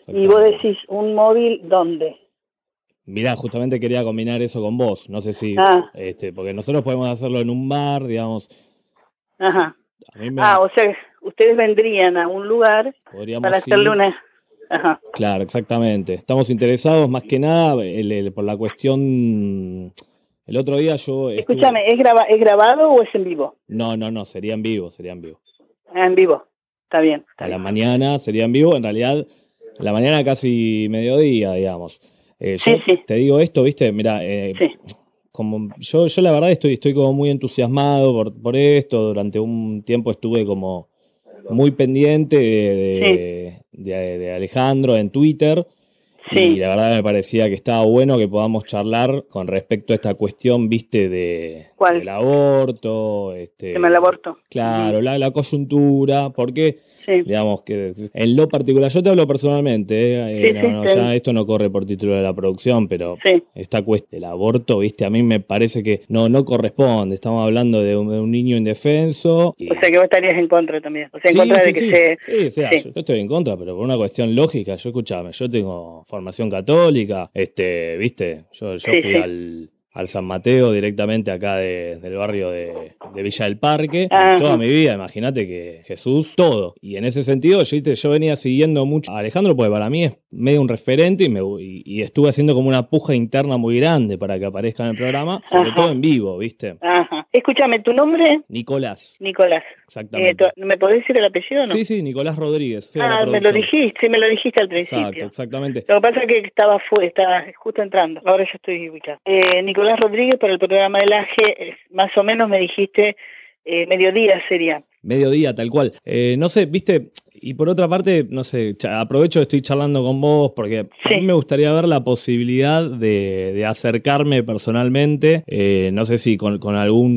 S26: Y vos decís, ¿un móvil dónde?
S3: Mirá, justamente quería combinar eso con vos. No sé si.
S26: Ah.
S3: Este, porque nosotros podemos hacerlo en un bar, digamos.
S26: Ajá.
S3: A mí me
S26: Ah, o sea, ustedes vendrían a un lugar
S3: podríamos
S26: para
S3: ir-
S26: hacerle una... Ajá.
S3: Claro, exactamente. Estamos interesados más que nada el- el- por la cuestión. El otro día yo. estuve-
S26: Escúchame, ¿es, graba- ¿es grabado o es en vivo?
S3: No, no, no, sería en vivo, sería en vivo.
S26: Ah, En vivo. Está bien.
S3: A la mañana sería en vivo, en realidad, a la mañana casi mediodía, digamos. Eh, yo te digo esto, viste, mira, como yo, yo la verdad estoy, estoy como muy entusiasmado por, por esto. Durante un tiempo estuve como muy pendiente de, de- de- de Alejandro en Twitter. Y la verdad me parecía que estaba bueno que podamos charlar con respecto a esta cuestión, viste, de, del aborto, este,
S26: Tema del aborto.
S3: Claro, la, la coyuntura, porque,
S26: Sí.
S3: digamos que en lo particular, yo te hablo personalmente, eh,
S26: Sí,
S3: no,
S26: sí,
S3: no,
S26: está
S3: ya
S26: bien.
S3: esto no corre por título de la producción, pero
S26: Sí.
S3: esta cuestión del aborto, viste, a mí me parece que no, no corresponde, estamos hablando de un, de un niño indefenso. y-
S26: O sea que vos estarías en contra también. O sea, en
S3: Sí,
S26: contra
S3: sí,
S26: de que
S3: sí.
S26: se...
S3: Sí, o sea,
S26: sí.
S3: Yo, yo estoy en contra, pero por una cuestión lógica, yo escuchame, yo tengo formación católica, este, viste, yo, yo
S26: Sí,
S3: fui
S26: sí.
S3: al, al San Mateo directamente acá de- del barrio de, de Villa del Parque,
S26: Ajá.
S3: toda mi vida, imagínate que Jesús, todo. Y en ese sentido, yo, viste, yo venía siguiendo mucho a Alejandro, porque para mí es medio un referente y, me, y, y estuve haciendo como una puja interna muy grande para que aparezca en el programa, sobre
S26: Ajá.
S3: todo en vivo, viste.
S26: Ajá. Escúchame, ¿tu nombre?
S3: Nicolás,
S26: Nicolás.
S3: exactamente.
S26: Eh, tu- ¿Me podés decir el apellido o no?
S3: Sí, sí, Nicolás Rodríguez. sí, de la
S26: Ah, me lo
S3: producción.
S26: dijiste, sí, me lo dijiste al principio.
S3: Exacto, exactamente.
S26: Lo que pasa es que estaba, fu estaba justo entrando, ahora ya estoy ubicado. Eh, Nicolás Rodríguez para el programa del AGE, eh, más o menos me dijiste, eh, mediodía sería.
S3: Mediodía, tal cual. Eh, no sé, viste, y por otra parte, no sé, cha- aprovecho que estoy charlando con vos porque a mí me gustaría ver la posibilidad de, de acercarme personalmente, eh, no sé si con, con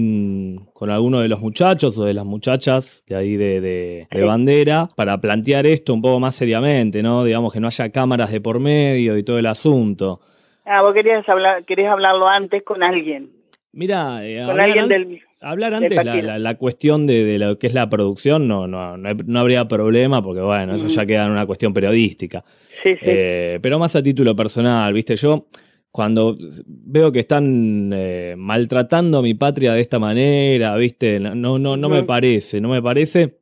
S3: algún con alguno de los muchachos o de las muchachas de ahí de, de- de bandera, para plantear esto un poco más seriamente, ¿no? Digamos que no haya cámaras de por medio y todo el asunto.
S26: Ah, vos querías, hablar, querías hablarlo antes con alguien.
S3: Mira,
S26: con
S3: hablar
S26: alguien
S3: an-
S26: del...
S3: Hablar
S26: del
S3: antes la,
S26: partido.
S3: la- la cuestión de, de lo que es la producción no, no, no, hay- no habría problema porque bueno, eso
S26: Ujú.
S3: ya queda en una cuestión periodística.
S26: Sí, sí.
S3: Eh, pero más a título personal, viste, yo cuando veo que están eh, maltratando a mi patria de esta manera, viste, no, no, no, no me
S26: Ujú.
S3: parece, no me parece.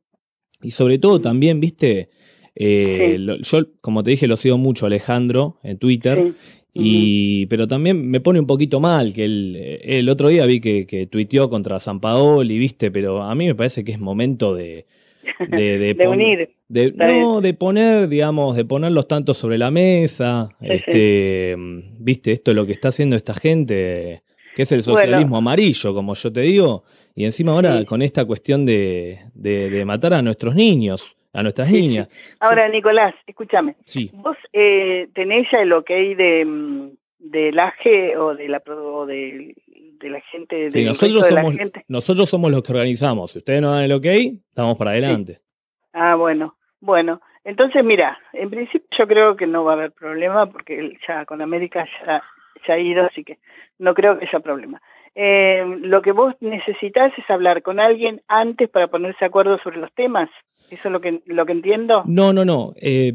S3: Y sobre todo también, viste, eh, lo- yo, como te dije, lo sigo mucho, Alejandro, en Twitter. Y, pero también me pone un poquito mal que el, el otro día vi que, que tuiteó contra San Paoli, viste, pero a mí me parece que es momento de, de, de
S26: De
S3: pon-
S26: unir.
S3: de-
S26: Está
S3: no, de poner, digamos, de poner los tantos sobre la mesa.
S26: Sí,
S3: este, mm, viste, esto es lo que está haciendo esta gente, que es el
S26: Bueno.
S3: socialismo amarillo, como yo te digo. Y encima ahora con esta cuestión de, de- de matar a nuestros niños, a nuestras niñas.
S26: Ahora, Nicolás, escúchame.
S3: Sí.
S26: ¿Vos eh, tenés ya el ok de, mm, del AGE o de la, pro- o de, de la gente, del
S3: Sí,
S26: resto
S3: nosotros
S26: de
S3: somos,
S26: la gente?
S3: nosotros somos los que organizamos. Si ustedes no dan el ok, estamos para adelante.
S26: Ah, bueno, bueno. Entonces, mira, en principio yo creo que no va a haber problema porque él ya con América ya, ya ha ido, así que no creo que haya problema. Eh, lo que vos necesitas es hablar con alguien antes para ponerse de acuerdo sobre los temas. ¿Eso es lo que, lo que entiendo?
S3: No, no, no. eh,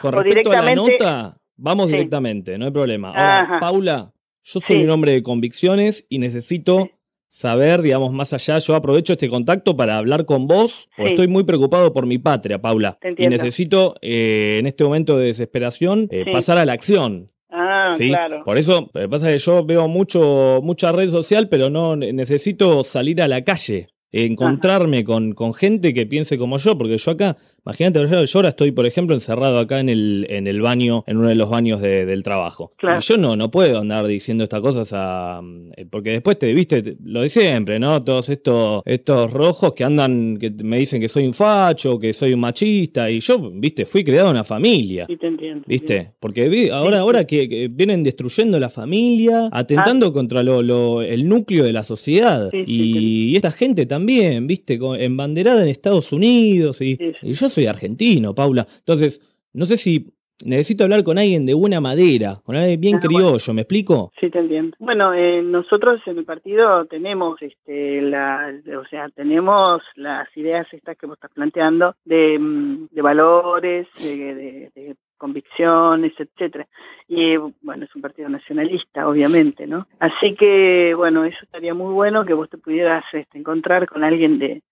S3: con
S26: O
S3: respecto a la
S26: directamente-
S3: nota, vamos
S26: Sí.
S3: directamente, no hay problema. Ahora,
S26: Ajá.
S3: Paula, yo soy
S26: Sí.
S3: un hombre de convicciones y necesito saber, digamos, más allá. Yo aprovecho este contacto para hablar con vos, porque
S26: Sí.
S3: estoy muy preocupado por mi patria, Paula.
S26: Te
S3: Y
S26: entiendo.
S3: necesito, eh, en este momento de desesperación, eh,
S26: Sí.
S3: pasar a la acción.
S26: Ah,
S3: ¿sí?
S26: claro.
S3: Por eso, lo que pasa es que yo veo mucho, mucha red social, pero no ne- necesito salir a la calle, eh, encontrarme con, con gente que piense como yo, porque yo acá, imagínate, yo yo ahora estoy, por ejemplo, encerrado acá en el, en el baño, en uno de los baños de- del trabajo.
S26: Claro.
S3: Y yo no, no puedo andar diciendo estas cosas a. eh, Porque después te viste te- lo de siempre, ¿no? Todos estos, estos rojos que andan, que me dicen que soy un facho, que soy un machista, y yo, viste, fui creado en una familia.
S26: Sí, te entiendo.
S3: ¿Viste? Porque vi- ahora, ahora que, que vienen destruyendo la familia, atentando contra lo, lo- el núcleo de la sociedad.
S26: Ah. Sí, sí,
S3: y, y esta gente también, ¿viste? Con- Embanderada en Estados Unidos. Y, y yo soy argentino, Paula. Entonces, no sé si
S7: necesito hablar con alguien de buena madera, con alguien bien
S26: Ah,
S7: criollo, ¿me explico?
S26: Sí, te entiendo. Bueno, eh, nosotros en el partido tenemos, este, la, o sea, tenemos las ideas estas que vos estás planteando de, mm, de valores, de, de- de convicciones, etcétera. Y bueno, es un partido nacionalista, obviamente, ¿no? Así que, bueno, eso estaría muy bueno que vos te pudieras este, encontrar con alguien de,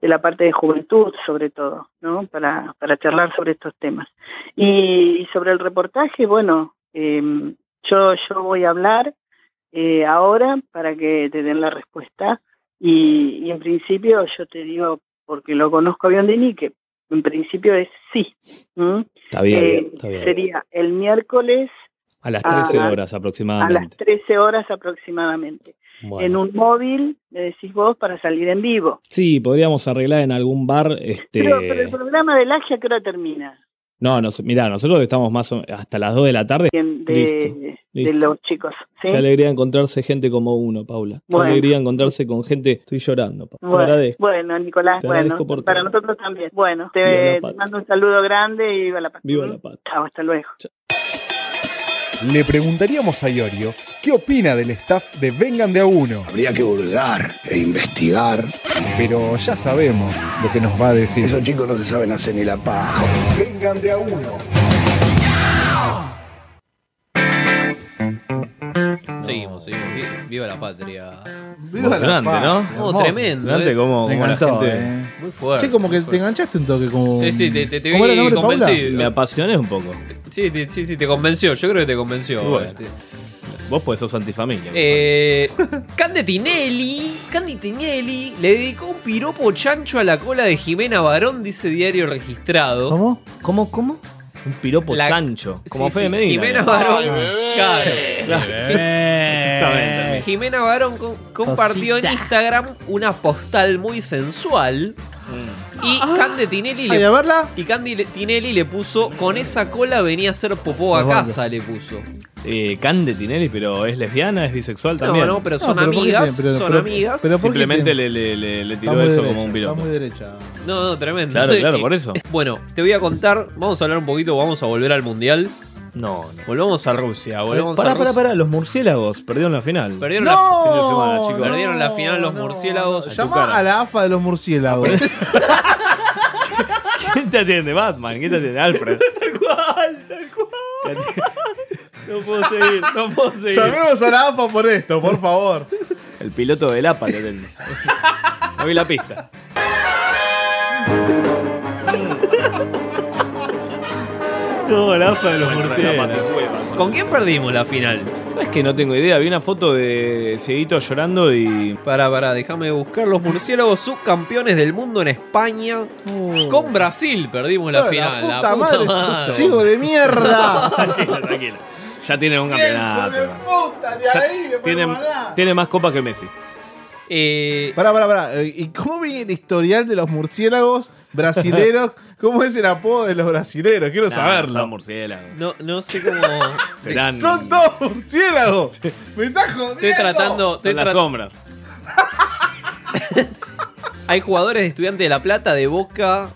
S26: de la parte de juventud, sobre todo, ¿no? Para, para charlar sobre estos temas. Y, y sobre el reportaje, bueno, eh, yo, yo voy a hablar eh, ahora para que te den la respuesta. Y, y en principio yo te digo, porque lo conozco a Biondini, que en principio es sí. ¿m?
S7: Está bien,
S26: Eh,
S7: está bien.
S26: Sería el miércoles
S7: A las 13
S26: Ah, a-
S7: horas
S26: a
S7: aproximadamente.
S26: las 13 horas aproximadamente.
S7: Bueno.
S26: En un móvil, me decís vos, para salir en vivo.
S7: Sí, podríamos arreglar en algún bar. Este...
S26: Pero, pero el programa del Agia, ¿a qué hora termina?
S7: No, no, mirá, nosotros estamos más o- hasta las 2 de la tarde.
S26: De,
S7: Listo.
S26: de
S7: listo.
S26: los chicos. ¿sí?
S7: Qué alegría encontrarse gente como uno, Paula. Qué
S26: Bueno.
S7: alegría encontrarse con gente. Estoy llorando, Paula. Te
S26: Bueno,
S7: agradezco.
S26: bueno, Nicolás,
S7: Te
S26: bueno,
S7: agradezco por
S26: para nosotros también.
S7: Viva
S26: Bueno, te,
S7: la patria.
S26: te mando un saludo grande y viva la paz.
S7: Viva la patria.
S26: Chao, hasta luego.
S14: Le preguntaríamos a Iorio qué opina del staff de Vengan de a uno.
S8: Habría que burlar e investigar.
S14: Pero ya sabemos lo que nos va a decir.
S8: Esos chicos no se saben hacer ni la paja.
S14: Vengan de a uno.
S9: Seguimos, seguimos. Vi- Viva la patria.
S10: Viva la
S9: Emocionante,
S10: patria,
S9: ¿no?
S10: hermoso.
S9: Oh, tremendo.
S10: Impresionante
S9: eh.
S10: cómo- Me cómo la encantó, gente- eh.
S9: Muy fuerte.
S10: Che, como que
S9: muy
S10: te
S9: fuerte.
S10: enganchaste un toque con.
S9: Sí, sí, te- te- te
S10: ¿Cómo era el
S9: vi
S10: nombre, Paula?
S9: convencido.
S3: Me apasioné un poco.
S9: Sí, te- sí, sí, te convenció. Yo creo que te convenció.
S3: Bueno.
S9: este.
S3: Vos pues sos antifamilia.
S9: Eh, Cande Tinelli, Cande Tinelli le dedicó un piropo chancho a la cola de Jimena Barón, dice diario registrado.
S10: ¿Cómo?
S9: ¿Cómo? ¿Cómo?
S3: Un piropo
S9: La-
S3: chancho.
S9: Sí,
S3: Como
S9: sí,
S3: Fede Medina.
S9: Jimena
S3: ¿no?
S9: Barón. Claro.
S3: Exactamente.
S9: Jimena Barón co- compartió en Instagram una postal muy sensual. Mm. Y Cande Tinelli
S10: Ay,
S9: le,
S10: Ah. a verla.
S9: y Cande le- Tinelli le puso con esa cola venía a hacer popó a
S3: Nos vamos.
S9: casa le puso.
S3: Eh, Cande Tinelli, pero es lesbiana, es bisexual también.
S9: no, pero son No, pero ¿por qué amigas, te- pero- son pero- amigas. pero ¿por qué
S3: Simplemente
S9: te-
S3: le, le- le- le
S10: Está
S3: tiró
S10: muy
S3: eso
S10: derecha,
S3: como un piropo.
S10: Está muy derecha.
S9: No, no, tremendo.
S3: Claro, claro, por eso.
S9: Bueno, te voy a contar, vamos a hablar un poquito, vamos a volver al mundial.
S3: No, no.
S9: Volvamos a Rusia, volvemos
S3: Pará,
S9: a
S3: pará,
S9: Rusia.
S3: pará, los murciélagos perdieron la final.
S9: Perdieron
S10: No,
S9: la
S3: Fin de semana, chicos.
S9: Perdieron la final los murciélagos.
S10: Llama a la AFA de los murciélagos.
S3: ¿Quién te atiende? Batman, ¿quién te atiende? Alfred. No puedo seguir, no puedo seguir.
S10: Llamemos a la AFA por esto, por favor.
S3: El piloto del APA te atiende. No vi la pista. No, el APA de los murciélagos.
S9: ¿Con quién perdimos la final?
S3: ¿Sabes que no tengo idea? Vi una foto de Cieguito llorando y.
S9: Pará, pará, déjame buscar los murciélagos subcampeones del mundo en España.
S3: Oh.
S9: Con Brasil perdimos la
S10: Pero la
S9: final. La
S10: puta
S9: puta,
S10: madre,
S9: madre.
S10: sigo de mierda.
S3: tranquilo, tranquilo. Ya tienen un campeonato.
S10: Puta, de
S3: Ya
S10: ahí, después
S3: tiene, tiene más copas que Messi.
S9: Eh,
S10: Pará, pará, pará. Eh, ¿Y cómo viene el historial de los murciélagos brasileros? ¿Cómo es el apodo de los brasileros? Quiero
S3: Nah, Son
S10: saberlo.
S3: murciélagos.
S9: No, no sé cómo.
S3: Serán.
S10: Son todos murciélagos. Me estás jodiendo.
S9: Estoy tratando. Estoy
S3: Son las
S9: tra-
S3: sombras.
S9: Hay jugadores de Estudiante de La Plata, de Boca,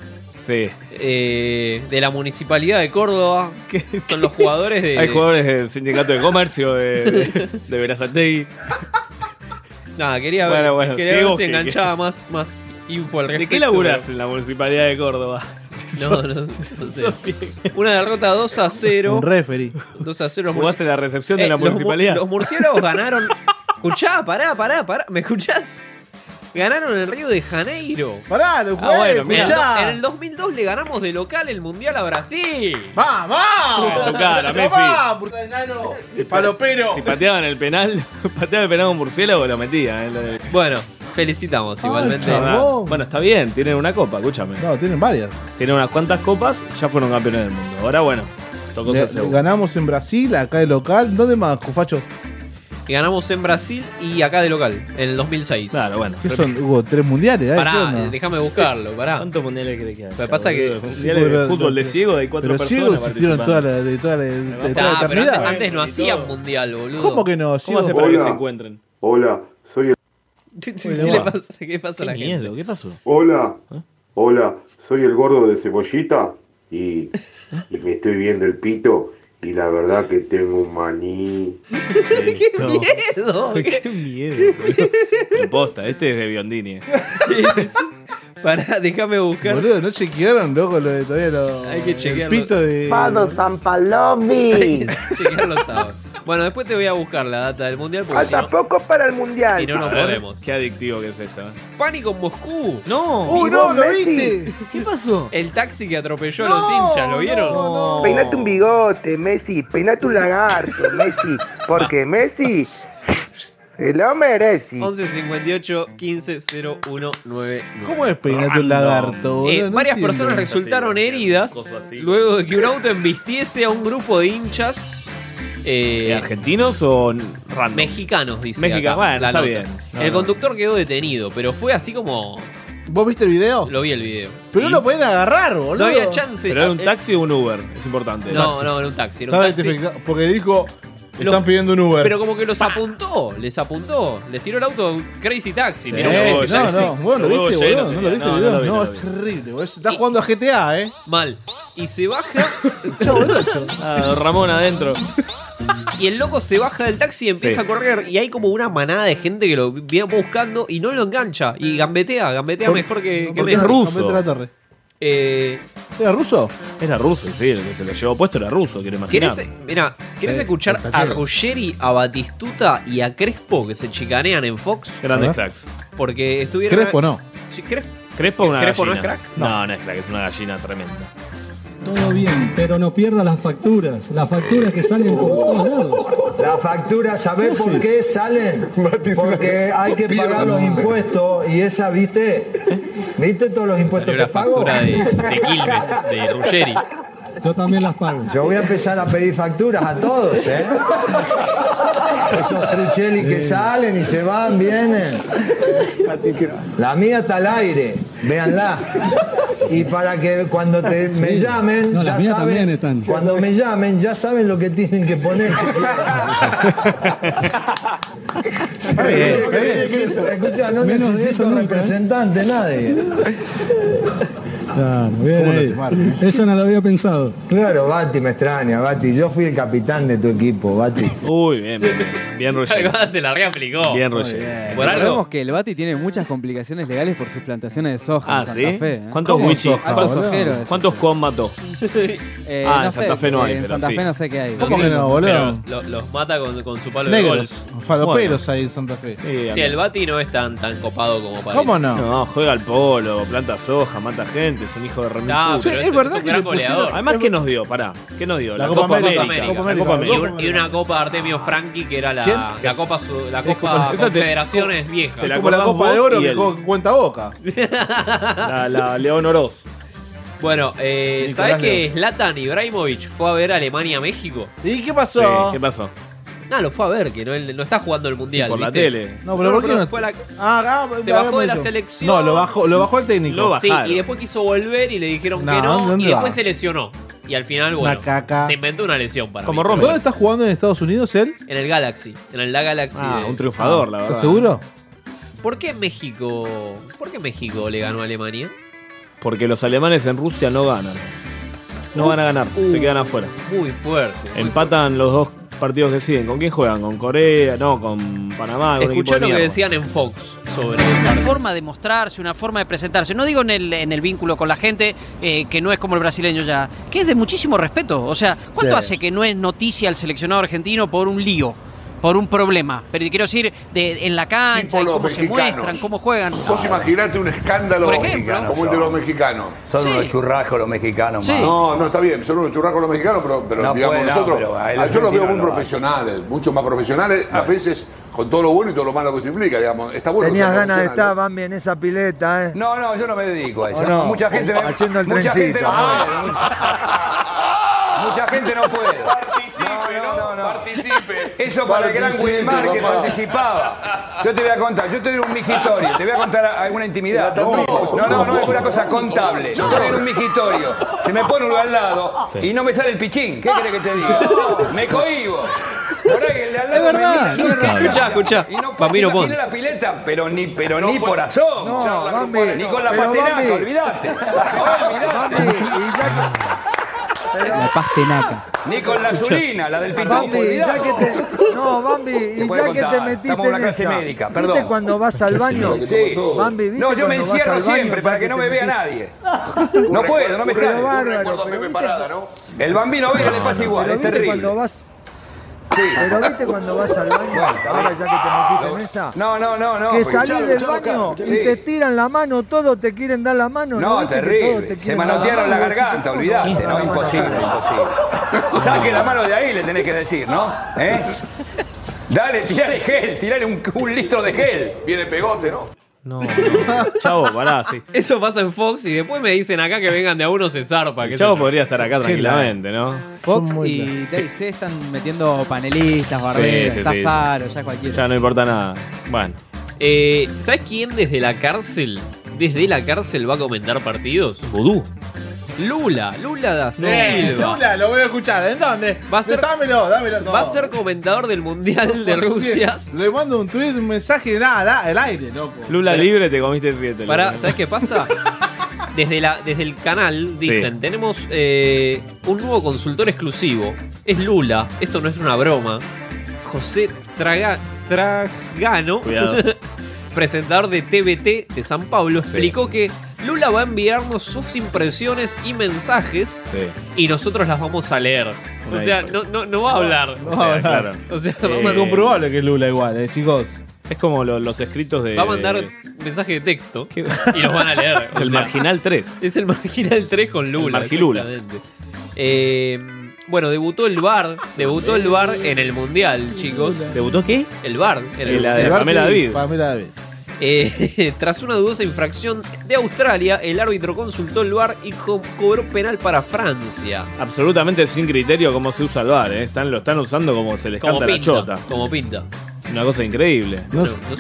S3: Sí.
S9: eh, de la Municipalidad de Córdoba. Son los jugadores de.
S3: Hay jugadores del sindicato de comercio, de, de, de Berazategui.
S9: Nada, quería ver,
S3: Bueno, bueno,
S9: quería ver
S3: sigo
S9: si
S3: que-
S9: enganchaba más, más info al
S3: ¿De
S9: respecto.
S3: qué laburás en la municipalidad de Córdoba?
S9: pero- No, no, no sé. Una derrota 2 a 0.
S10: Un referee.
S9: 2 a 0.
S3: Jugás en la recepción de la
S9: los mu-
S3: municipalidad.
S9: Los, murciélagos ganaron. Escuchá, pará, pará, pará. ¿Me escuchás? Ganaron en Río de Janeiro.
S10: Pará, lo
S9: Ah, bueno,
S10: jugué,
S9: mirá.
S10: escuchá.
S9: En el 2002 le ganamos de local el Mundial a Brasil.
S10: ¡Vamos!
S3: En tu cara, Messi.
S10: ¡Vamos, puta de enano! ¡Palopero!
S3: Si pateaban el penal, pateaban el penal con murciélago, lo metían.
S9: Bueno, felicitamos
S10: igualmente. chabón.
S3: Bueno, está bien, tienen una copa, escúchame.
S10: No, tienen varias.
S3: Tienen unas cuantas copas, ya fueron campeones del mundo. Ahora bueno, tocó
S10: Le-
S3: ser segundo.
S10: ganamos en Brasil, acá de local. ¿Dónde más, Cufacho?
S9: Y ganamos en Brasil y acá de local, en el 2006. Claro,
S3: bueno.
S10: ¿Qué son? Hubo tres mundiales. ¿eh? ¿Qué
S9: Pará,
S10: onda?
S9: eh, déjame buscarlo, pará. ¿Cuántos
S3: mundiales crees que hay?
S9: Me pasa que.
S3: Mundiales de fútbol de ciego de cuatro
S10: Pero
S3: personas.
S10: ciegos existieron
S3: participando.
S10: toda la, de toda la, de toda la
S9: Ah, pero antes,
S10: eternidad.
S9: antes no hacían mundial, boludo.
S10: ¿Cómo que no?
S3: ¿Cómo
S10: Ciegos-
S3: hace para que
S10: Hola.
S3: se encuentren?
S11: Hola, soy el...
S9: ¿Qué,
S11: Hola.
S9: le pasa, ¿Qué pasa a la
S3: Qué
S9: gente?
S3: miedo, ¿qué pasó?
S9: ¿Eh?
S11: Hola, hola, soy el gordo de cebollita y, y me,
S27: estoy viendo el pito y la verdad que tengo un maní.
S3: ¡Qué
S9: miedo!
S3: ¡Qué miedo! boludo. Posta, este es de Biondini.
S9: Pará, déjame buscar.
S10: Boludo, no chequearon, loco, lo de todavía lo. Hay
S9: que chequearlo.
S10: El pito de.
S9: Pado
S10: San Palomi.
S9: Chequearlos ahora. Bueno, después te voy a buscar la data del mundial. Porque si no-
S17: tampoco para el mundial.
S9: Si no, nos ponemos.
S3: Qué adictivo que es esto. ¿eh?
S9: Pánico en Moscú. No.
S17: ¡Uh,
S9: ¿Y
S17: no,
S9: vos,
S17: lo
S9: Messi?
S17: viste!
S9: ¿Qué pasó? El taxi que atropelló
S17: No,
S9: a los hinchas, ¿lo vieron? No,
S17: Peinate un bigote, Messi. Peinate un lagarto, Messi. Porque Messi se lo merece.
S9: 11 58 15 01 99.
S10: ¿Cómo es peinate un lagarto, boludo?
S9: Eh,
S10: No
S9: varias
S10: entiendo.
S9: personas resultaron heridas luego de que un auto embistiese a un grupo de hinchas eh,
S10: ¿Eh,
S3: ¿De ¿Argentinos o random?
S9: mexicanos, dice.
S3: Mexica-
S9: acá,
S3: bueno,
S9: la
S3: está
S9: nota.
S3: bien. No,
S9: el
S3: no.
S9: conductor quedó detenido, pero fue así como.
S10: ¿Vos viste el video?
S9: Lo vi el video.
S10: Pero no lo pueden agarrar, boludo.
S9: No había chance.
S3: ¿Pero era un
S9: Eh,
S3: taxi o un Uber? Es importante.
S9: No, no, era un taxi. Era un
S10: Estaba
S9: taxi.
S10: identificado, Porque dijo.
S9: Los-
S10: Están pidiendo un Uber.
S9: Pero como que los apuntó, les apuntó. Les tiró el auto a un Crazy Taxi.
S10: Sí,
S9: tiró un Crazy
S10: no,
S9: Taxi.
S10: no, vos lo viste, boludo, no lo viste, el video, no, es terrible, boludo, estás jugando a GTA, eh.
S9: Mal. Y se baja.
S3: Ah, Ramón adentro.
S9: Y el loco se baja del taxi y empieza
S3: Sí.
S9: a correr. Y hay como una manada de gente que lo viene buscando y no lo engancha. Y gambetea, gambetea
S10: Por-
S9: mejor que, que
S10: Porque
S9: Messi.
S10: Mete la torre.
S9: Eh,
S10: ¿Era ruso?
S3: Era ruso, sí, el que se lo llevó puesto era ruso, quiero imaginar.
S9: ¿Querés, mirá, ¿querés
S3: Eh,
S9: escuchar
S3: está
S9: a
S3: claro.
S9: Ruggeri, a Batistuta y a Crespo que se chicanean en Fox?
S3: Grandes A ver. cracks.
S9: Porque estuvieron.
S3: Crespo no.
S9: Sí, Crespo.
S3: Crespo, una
S9: ¿Crespo no
S3: gallina.
S9: es crack?
S3: No. no, es crack, es una gallina tremenda.
S8: Todo bien, pero no pierda las facturas. Las facturas que salen por todos lados.
S6: Las facturas, ¿sabés
S8: ¿Qué
S6: por
S8: haces?
S6: qué salen? Porque hay que pagar los impuestos y esa, viste,
S9: ¿Eh?
S6: viste todos los impuestos que pago.
S9: Quilmes, de Ruggeri.
S8: Yo también las pago.
S6: Yo voy a empezar a pedir facturas a todos, ¿eh? Esos truchelis que salen y se van, vienen. La mía está al aire, véanla. Y para que cuando te,
S8: Sí.
S6: me llamen,
S8: No, las
S6: ya
S8: mías
S6: saben,
S8: también están.
S6: cuando me llamen, ya saben lo que tienen que poner.
S8: Está bien, está
S6: Escucha, no
S8: Menos de
S6: necesito
S8: eso nunca, ¿eh?
S6: representante, nadie.
S8: Claro, bien
S6: ¿Cómo lo
S8: ahí.
S6: tomaron,
S8: Eso no lo había pensado.
S6: Claro, Bati, me extraña, Bati. Yo fui el capitán de tu equipo, Bati.
S3: Uy, bien, bien, bien. Bien, Ruggeri.
S9: se la reaplicó.
S3: Bien,
S28: Muy
S3: Ruggeri.
S28: bien.
S3: Por
S28: Recordemos
S3: algo.
S28: que el Bati tiene muchas complicaciones legales por sus plantaciones de soja
S3: Ah,
S28: en Santa
S3: ¿sí?
S28: Fe. ¿eh?
S3: ¿Cuántos
S28: ¿Cómo
S3: wichis?
S28: soja,
S3: ¿Cuántos,
S28: boludo?
S3: cuántos cuan mató?
S28: Eh,
S3: ah,
S28: no
S3: en
S28: sé,
S3: Santa Fe no hay,
S28: en
S3: pero
S28: Santa
S3: sí.
S28: Fe no sé qué hay.
S10: ¿Cómo que no, boludo?
S9: Pero lo- los mata con, con su palo
S10: Negros,
S9: de golf.
S10: faloperos ahí en Santa Fe.
S9: Sí, el Bati no es tan, tan copado como parece.
S10: ¿Cómo no?
S3: No, juega al polo, planta soja, mata gente, es un hijo de remil.
S9: No,
S3: puta.
S9: pero Che, es- es verdad es un que gran le pusieron- goleador.
S3: Además, ¿qué nos dio? Pará, ¿qué nos dio?
S9: La, Copa, América.
S3: La Copa
S9: La Copa
S3: América.
S9: América. Y, un- y una Copa de Artemio Franchi que era
S3: ¿Quién?
S9: la,
S3: Que
S9: la
S3: es-
S9: Copa, su- la
S3: es
S9: Copa
S3: como- esa te-
S9: Confederaciones vieja.
S3: te la
S10: Como la
S3: acordás
S10: copa de
S3: vos
S10: oro
S3: y
S10: que
S3: él.
S10: co- cuenta boca.
S3: La, la León Oroz.
S9: Bueno, eh,
S3: Nicolás
S9: ¿sabés que
S3: León.
S9: Zlatan Ibrahimovic fue a ver a Alemania a México?
S10: ¿Y qué
S3: Sí,
S10: pasó?
S3: ¿Qué pasó?
S9: Nada, lo fue a ver, que no, él no está jugando el mundial.
S3: por la
S9: ¿viste?
S3: tele.
S10: No, pero ¿por qué no?
S9: fue a la-
S10: Ah, ah,
S9: Se bajó de la
S10: eso.
S9: selección.
S10: No, lo bajó, lo bajó el técnico.
S9: Sí, y después quiso volver y le dijeron
S10: No,
S9: que no.
S10: ¿dónde
S9: Y después
S10: va?
S9: se lesionó. Y al final,
S10: Una
S9: bueno,
S10: caca.
S9: se inventó una lesión para mí.
S10: ¿Dónde está jugando en Estados Unidos él?
S9: En el Galaxy. En el La Galaxy.
S10: Ah,
S9: de-
S10: ¿Estás seguro?
S9: ¿Por qué México? ¿Por qué México le ganó a Alemania?
S3: Porque los alemanes en Rusia no ganan.
S9: Uh.
S3: No van a ganar, se quedan afuera.
S9: Muy fuerte.
S3: Empatan los dos partidos que siguen. ¿Con quién juegan? ¿Con Corea? No, Ah, con Panamá. algún equipo
S9: Escuchá
S3: de
S9: lo que
S3: mierda.
S9: decían en Fox sobre.
S16: Una forma de mostrarse, una forma de presentarse. No digo en el, en el vínculo con la gente, eh, que no es como el brasileño ya, que es de muchísimo respeto. O sea, ¿cuánto
S29: Sí.
S16: hace que no es noticia el seleccionado argentino por un lío? por un problema, pero quiero decir de, en la cancha, y
S27: los
S16: cómo se
S27: mexicanos.
S16: muestran, cómo juegan.
S2: Ah.
S27: Vos imaginate un escándalo
S16: Por ejemplo.
S27: como el de los mexicanos.
S2: Son
S16: Sí.
S2: unos churrascos los mexicanos,
S16: Sí.
S2: más.
S27: No, no, está bien, son unos churrascos los mexicanos, pero, pero
S2: No
S27: digamos
S2: puede, no,
S27: nosotros.
S2: pero a él
S27: ah, yo los
S2: argentino
S27: veo muy
S2: no lo
S27: profesionales, mucho más profesionales, a veces con todo lo bueno y todo lo malo que esto implica, digamos. Está bueno ¿eh? que
S6: Tenías
S27: sean
S6: ganas de
S27: profesionales.
S6: estar, Bambi, en esa pileta, ¿eh?
S2: No, no, yo no me dedico a eso.
S6: ¿O no?
S2: Mucha gente me-
S6: Haciendo el
S2: mucha
S6: trencito.
S2: gente no
S6: Ah.
S2: puede. mucha- Mucha gente no puede. Participe, no, Participe. Eso para el gran
S6: Participe,
S2: Wilmar que
S6: papá.
S2: participaba. Yo te voy a contar, yo estoy en un migitorio, te voy a contar alguna intimidad. No, no, no, no es una cosa contable. Yo estoy en un migitorio, se me pone uno al lado y no me sale el pichín. ¿Qué querés que te diga? Me cohibo. Por ahí, el de al lado me
S6: verdad.
S2: mira,
S6: Claro.
S2: escuchá, escuchá. Y no
S3: Bambino
S2: puedo
S3: Pons.
S2: la pileta, pero ni, pero ni por asomo.
S6: No,
S2: Charla
S6: Bambi,
S2: grupal, ni con la
S6: pero Bambi.
S2: paterata, olvidate.
S6: Bambi, y ya
S4: La pastenaca.
S2: Ni con la azulina, la del pitufo,
S13: Bambi, ya
S2: olvidalo.
S13: que te, no, Bambi, y
S2: Se
S13: ya
S2: puede
S13: que
S2: contar.
S13: te metiste
S2: Estamos en una clase
S13: esa?
S2: médica,
S13: ¿Viste
S2: perdón.
S13: cuando vas al baño?
S2: Sí.
S13: Bambi, ¿viste
S2: No, yo me
S13: cuando vas
S2: encierro
S13: al baño,
S2: siempre
S13: ya
S2: para que no me vea nadie. No puedo, no me
S13: Pero
S2: sale.
S13: bárbaro,
S11: Recuerdo a Pepe Parada, ¿no?
S2: El bambino hoy le pasa igual,
S13: Pero
S2: es
S13: viste
S2: terrible.
S13: cuando vas. Pero viste cuando vas al baño, ahora ya que te metiste en esa.
S2: No, no, no, no.
S13: que
S2: porque-
S13: salís
S2: Chau,
S13: del
S2: chau,
S13: baño
S2: Carlos.
S13: y
S2: Sí.
S13: te tiran la mano, todos te quieren dar la mano.
S2: No,
S13: viste que todos te
S2: terrible. Se
S13: quieren dar
S2: manotearon la
S13: mano?
S2: garganta, olvidate, ¿no? Imposible, imposible. Saque la mano de ahí, le tenés que decir, ¿no? ¿Eh? Dale, tirale gel, tirale un, un litro de gel. Viene pegote, ¿no?
S3: Chavo, pará, sí.
S9: Eso pasa en Fox y después me dicen acá que vengan de a uno se zarpa. qué sé
S3: Chavo
S9: yo.
S3: podría estar acá
S9: Qué
S3: tranquilamente, ¿no?
S4: Fox y TIC están metiendo panelistas, barberos,
S3: sí,
S4: está
S3: sí.
S4: Zaro, ya cualquiera.
S3: Ya no importa nada. Bueno.
S9: Eh, ¿Sabes quién desde la cárcel, desde la cárcel va a comentar partidos? Vudú. Lula, Lula da Silva.
S10: Lula, lo voy a escuchar. ¿En dónde?
S9: Va a ser-
S10: dámelo, dámelo todo.
S9: Va a ser comentador del Mundial de Rusia.
S10: Le mando un tweet, un mensaje, nada, nada, el aire, loco.
S3: Lula libre, te comiste siete.
S9: Pará,
S3: Lula.
S9: ¿sabes qué pasa? Desde, la, desde el canal dicen, tenemos eh, un nuevo consultor exclusivo. Es Lula, esto no es una broma. José Traga- Tragano,
S3: Cuidado.
S9: presentador de TBT de San Pablo, explicó que Lula va a enviarnos sus impresiones y mensajes
S3: Sí.
S9: y nosotros las vamos a leer. O
S3: Una
S9: sea, no, no- no va a hablar.
S3: No
S9: O
S3: va a
S9: sea,
S3: hablar.
S9: O sea,
S10: Es
S9: va a-
S10: incomprobable que es Lula igual, eh, chicos.
S3: Eh, Es como lo- los escritos de.
S9: va a mandar mensajes de texto y los van a leer.
S3: Eh, Es el
S9: O sea,
S3: marginal 3.
S9: Es el marginal 3 con Lula.
S3: El margilula.
S9: exactamente. Eh, bueno, debutó el Bard. Debutó el Bard en el Mundial, chicos.
S3: ¿Debutó qué?
S9: El Bard. en el
S3: La de
S9: Mundial.
S3: Pamela David.
S10: Pamela David.
S9: Eh, tras una dudosa infracción de Australia, el árbitro consultó el VAR y co- cobró penal para Francia.
S3: Absolutamente sin criterio cómo se usa el bar, ¿eh? Están, lo están usando como se les
S9: Como
S3: canta la
S9: pinta.
S3: chota.
S9: Como pinta.
S3: Una cosa increíble.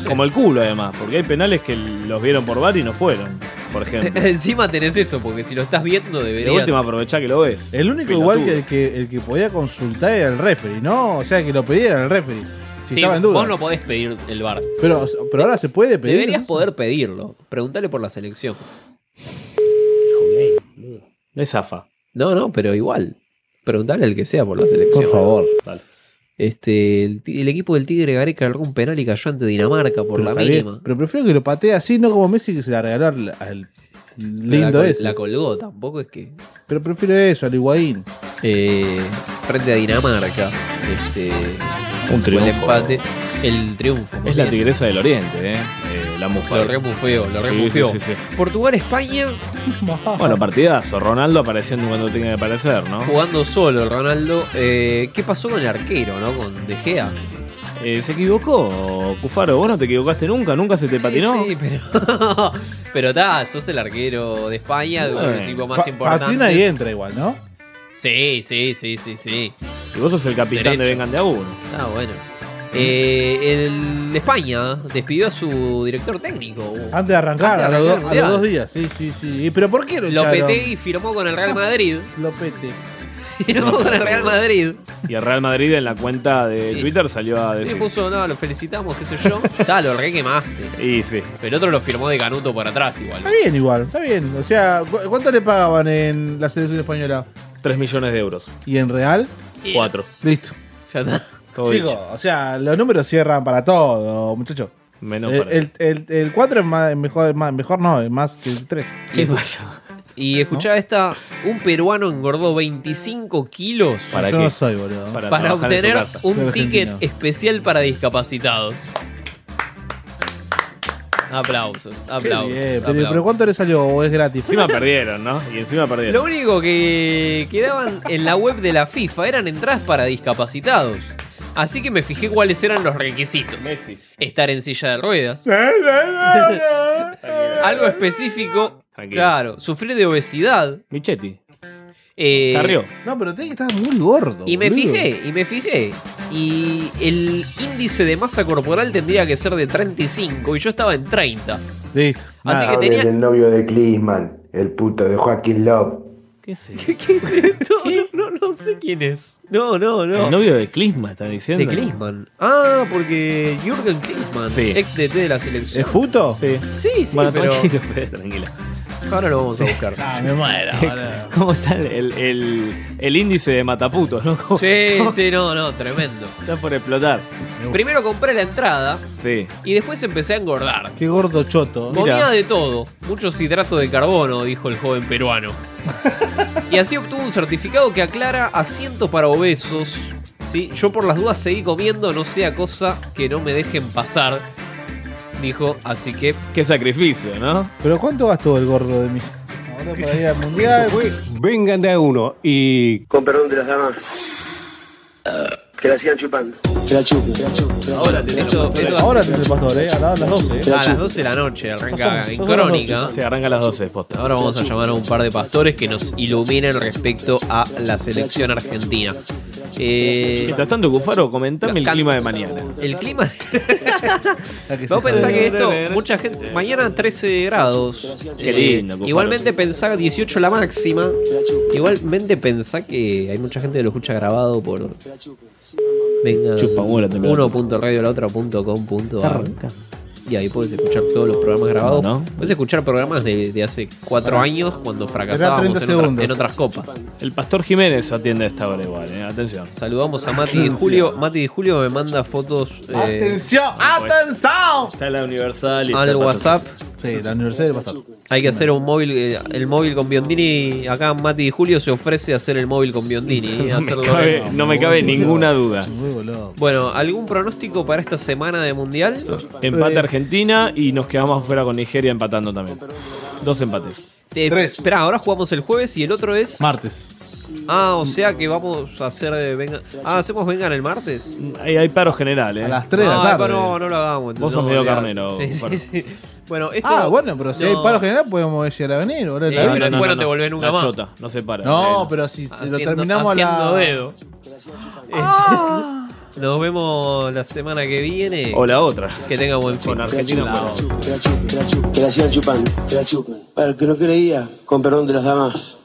S3: Como el culo, además, porque hay penales que los vieron por bar y no fueron, por ejemplo.
S9: Encima tenés eso, porque si lo estás viendo
S3: De
S9: deberías.
S3: última, aprovechá que lo ves.
S10: El único igual que el, que el que podía consultar era el referee, ¿no? O sea, que lo pidiera el referee. Si
S9: Sí,
S10: estaba en duda.
S9: Vos no podés pedir el VAR.
S10: Pero, pero ahora se puede pedir.
S9: Deberías poder pedirlo. Preguntale por la selección.
S3: No es zafa.
S9: No, no, pero igual. Preguntale al que sea por la selección.
S10: Por favor.
S9: Este, el, ti- el equipo del Tigre Gareca cargó un penal y cayó ante Dinamarca por
S10: Pero
S9: la
S10: está bien,
S9: mínima.
S10: Pero prefiero que lo patee así, no como Messi que se la regaló al, al lindo
S9: la, col-
S10: ese.
S9: La colgó, tampoco es que.
S10: Pero prefiero eso, al Higuaín.
S9: Eh, frente a Dinamarca. Este. fue
S3: Un
S9: El
S3: triunfo.
S9: empate. El triunfo.
S3: Es la tigresa del oriente, ¿eh? Eh, la mufa.
S9: Lo remufeó, lo
S3: Sí,
S9: remufeó.
S3: sí, sí, sí.
S9: Portugal-España
S3: Bueno, partidazo. Ronaldo apareciendo cuando tenga que aparecer, ¿no?
S9: jugando solo, el Ronaldo. Eh, ¿Qué pasó con el arquero, no? Con De Gea.
S3: Eh, ¿Se equivocó, Cufaro? ¿Vos no te equivocaste nunca? ¿Nunca se te
S9: Sí,
S3: patinó?
S9: sí, pero. pero está, sos el arquero de España, de uno de los
S3: Bueno.
S9: equipos
S10: Pa-
S9: más importantes.
S10: patina y entra igual, ¿no?
S9: Sí, sí, sí, sí, sí.
S3: Y vos sos el capitán de
S9: Derecho.
S3: Vengan de a uno.
S9: Ah, bueno. Eh, el España despidió a su director técnico.
S10: Antes de arrancar,
S9: Antes de
S10: a, los,
S9: arrancar
S10: dos-
S9: el
S10: a los
S9: Mundial.
S10: dos días. Sí, sí, sí. ¿Y ¿Pero por qué lo echaron?
S9: Lopetegui firmó con el Real Madrid.
S10: Lopete.
S9: Firmó con el Real Madrid.
S3: Y el Real Madrid en la cuenta de Twitter salió a
S9: Y
S3: decir.
S9: puso, no, lo felicitamos, qué sé yo. Está, lo re quemaste.
S3: Y sí.
S9: Pero el otro lo firmó de canuto para atrás igual.
S10: Está bien igual, está bien. O sea, ¿cu- ¿cuánto le pagaban en la selección española?
S3: 3 millones de euros.
S10: ¿Y en Real?
S3: 4.
S10: Listo.
S9: Ya está.
S3: Todo
S10: Chicos,
S3: dicho.
S10: o sea, los números cierran para todo, muchachos.
S3: Menos para-
S10: el, el, 4 es más, es mejor, es más- mejor no, es más que el 3.
S9: ¿Qué Y escuchá esta, un peruano engordó 25 kilos
S10: ¿Para Yo qué? no soy, boludo.
S9: para,
S10: Para trabajar en su
S9: obtener
S10: casa. Soy
S9: un
S10: argentino.
S9: ticket especial para discapacitados. Aplausos, aplausos.
S10: pero, pero
S9: aplausos.
S10: ¿cuánto le salió o es gratis?
S3: Encima perdieron, ¿no? Y encima perdieron.
S9: Lo único que quedaban en la web de la FIFA eran entradas para discapacitados. Así que me fijé cuáles eran los requisitos. Estar en silla de ruedas. Algo específico. Claro. Sufrir de obesidad.
S3: Michetti.
S9: Eh,
S3: Carrió.
S10: No, pero tiene que estar muy gordo.
S9: Y me
S10: boludo.
S9: fijé, y me fijé. Y el índice de masa corporal tendría que ser de 35 y yo estaba en 30.
S10: Listo.
S9: Así
S10: Nada.
S9: que tenía...
S6: El novio de Klinsmann, el puto de Joaquín Love.
S3: ¿Qué es
S9: ¿Qué, qué es esto? No, no, no sé quién es. No, no, no.
S3: El novio de Klinsmann, están diciendo.
S9: De Klinsmann. Ah, porque Jürgen Klinsmann,
S3: Sí.
S9: ex DT de la selección.
S10: ¿Es puto?
S3: Sí.
S9: Sí, sí,
S3: Bueno,
S9: pero...
S3: tranquilo, Fede, tranquila.
S9: Ahora lo vamos a buscar.
S3: Ah, me muero. ¿Cómo está el, el- el- el índice de mataputos, no? ¿Cómo-
S9: Sí,
S3: cómo-
S9: sí, no, no, tremendo.
S3: Está por explotar.
S9: Primero compré la entrada
S3: Sí.
S9: y después empecé a engordar.
S10: Qué gordo choto.
S9: Comía de todo, muchos hidratos de carbono, dijo el joven peruano. Y así obtuvo un certificado que aclara asiento para obesos. ¿sí? Yo por las dudas seguí comiendo, no sea cosa que no me dejen pasar. Dijo, así que...
S3: Qué sacrificio, ¿no?
S10: Pero ¿cuánto gastó el gordo de mí? Ahora para ir al mundial.
S15: Vengan de a uno y.
S6: Con perdón de las damas. Que la sigan chupando.
S15: Te la chupo, te la chupo.
S9: Ahora te
S10: Ahora te el pastor, eh. A las 12.
S9: A las 12 de la noche arranca en crónica.
S3: Se arranca a las 12, posta.
S9: Ahora vamos a llamar a un par de pastores que nos iluminen respecto a la selección argentina. Eh,
S3: Mientras tanto, Cufaro, comentame el
S9: Can-
S3: clima de mañana.
S9: El clima. Vos pensás que esto, mucha gente. Mañana 13 grados.
S3: Qué
S9: Eh,
S3: lindo, Cufaro.
S9: igualmente pensá 18 la máxima. Igualmente pensá que hay mucha gente que lo escucha grabado por. Venga.
S3: Chupa huevo la temperatura.
S9: uno.radiolautra.com.ar Y ahí puedes escuchar todos los programas grabados.
S3: ¿No?
S9: Puedes escuchar programas de, de hace 4 años cuando fracasábamos
S3: 30
S9: en, otra-
S3: segundos.
S9: en otras copas.
S3: El pastor Jiménez atiende a esta hora igual, eh. Atención.
S9: Saludamos a Mati de Julio. Mati de Julio me manda fotos. eh,
S10: ¡Atención! ¡Atención!
S3: Está la Universal y
S9: al
S3: está
S9: WhatsApp.
S10: Sí, la universidad del pastor.
S9: Hay que hacer un móvil, eh, el móvil con Biondini. Acá Mati y Julio se ofrece a hacer el móvil con Biondini.
S3: No me
S9: hacerlo-
S3: cabe, no me cabe ninguna duda.
S9: Bueno, ¿algún pronóstico para esta semana de Mundial?
S10: Eh,
S9: Eh.
S3: Empate Argentina y nos quedamos afuera con Nigeria empatando también. Dos empates.
S9: Eh, Esperá, ahora jugamos el jueves y el otro es...
S10: Martes.
S9: Ah, o sea que vamos a hacer... eh, venga... Ah, ¿hacemos Vengan el martes?
S3: Hay, hay paros generales. eh.
S9: Ah, No, no lo hagamos.
S3: Vos sos
S9: no,
S3: medio
S9: no,
S3: carnero.
S9: sí, sí,
S3: Cufaro.
S9: sí. Bueno, esto...
S10: Ah, bueno, pero si
S9: No.
S10: hay paro general podemos llegar a venir. Ahora
S9: Eh,
S10: la
S9: pero
S10: vez.
S9: después no te volvés nunca
S3: La
S9: más.
S3: chota, no se para.
S10: No,
S3: Bueno.
S10: pero si lo
S9: Haciendo-
S10: terminamos a la...
S9: haciendo dedo. Este, Ah. Nos vemos la semana que viene.
S3: O la otra.
S9: Que tenga buen fin.
S3: Con Argentina
S9: Chao.
S6: Que la sigan chupando. Que la chupen. Para el que no creía, con perdón de las damas.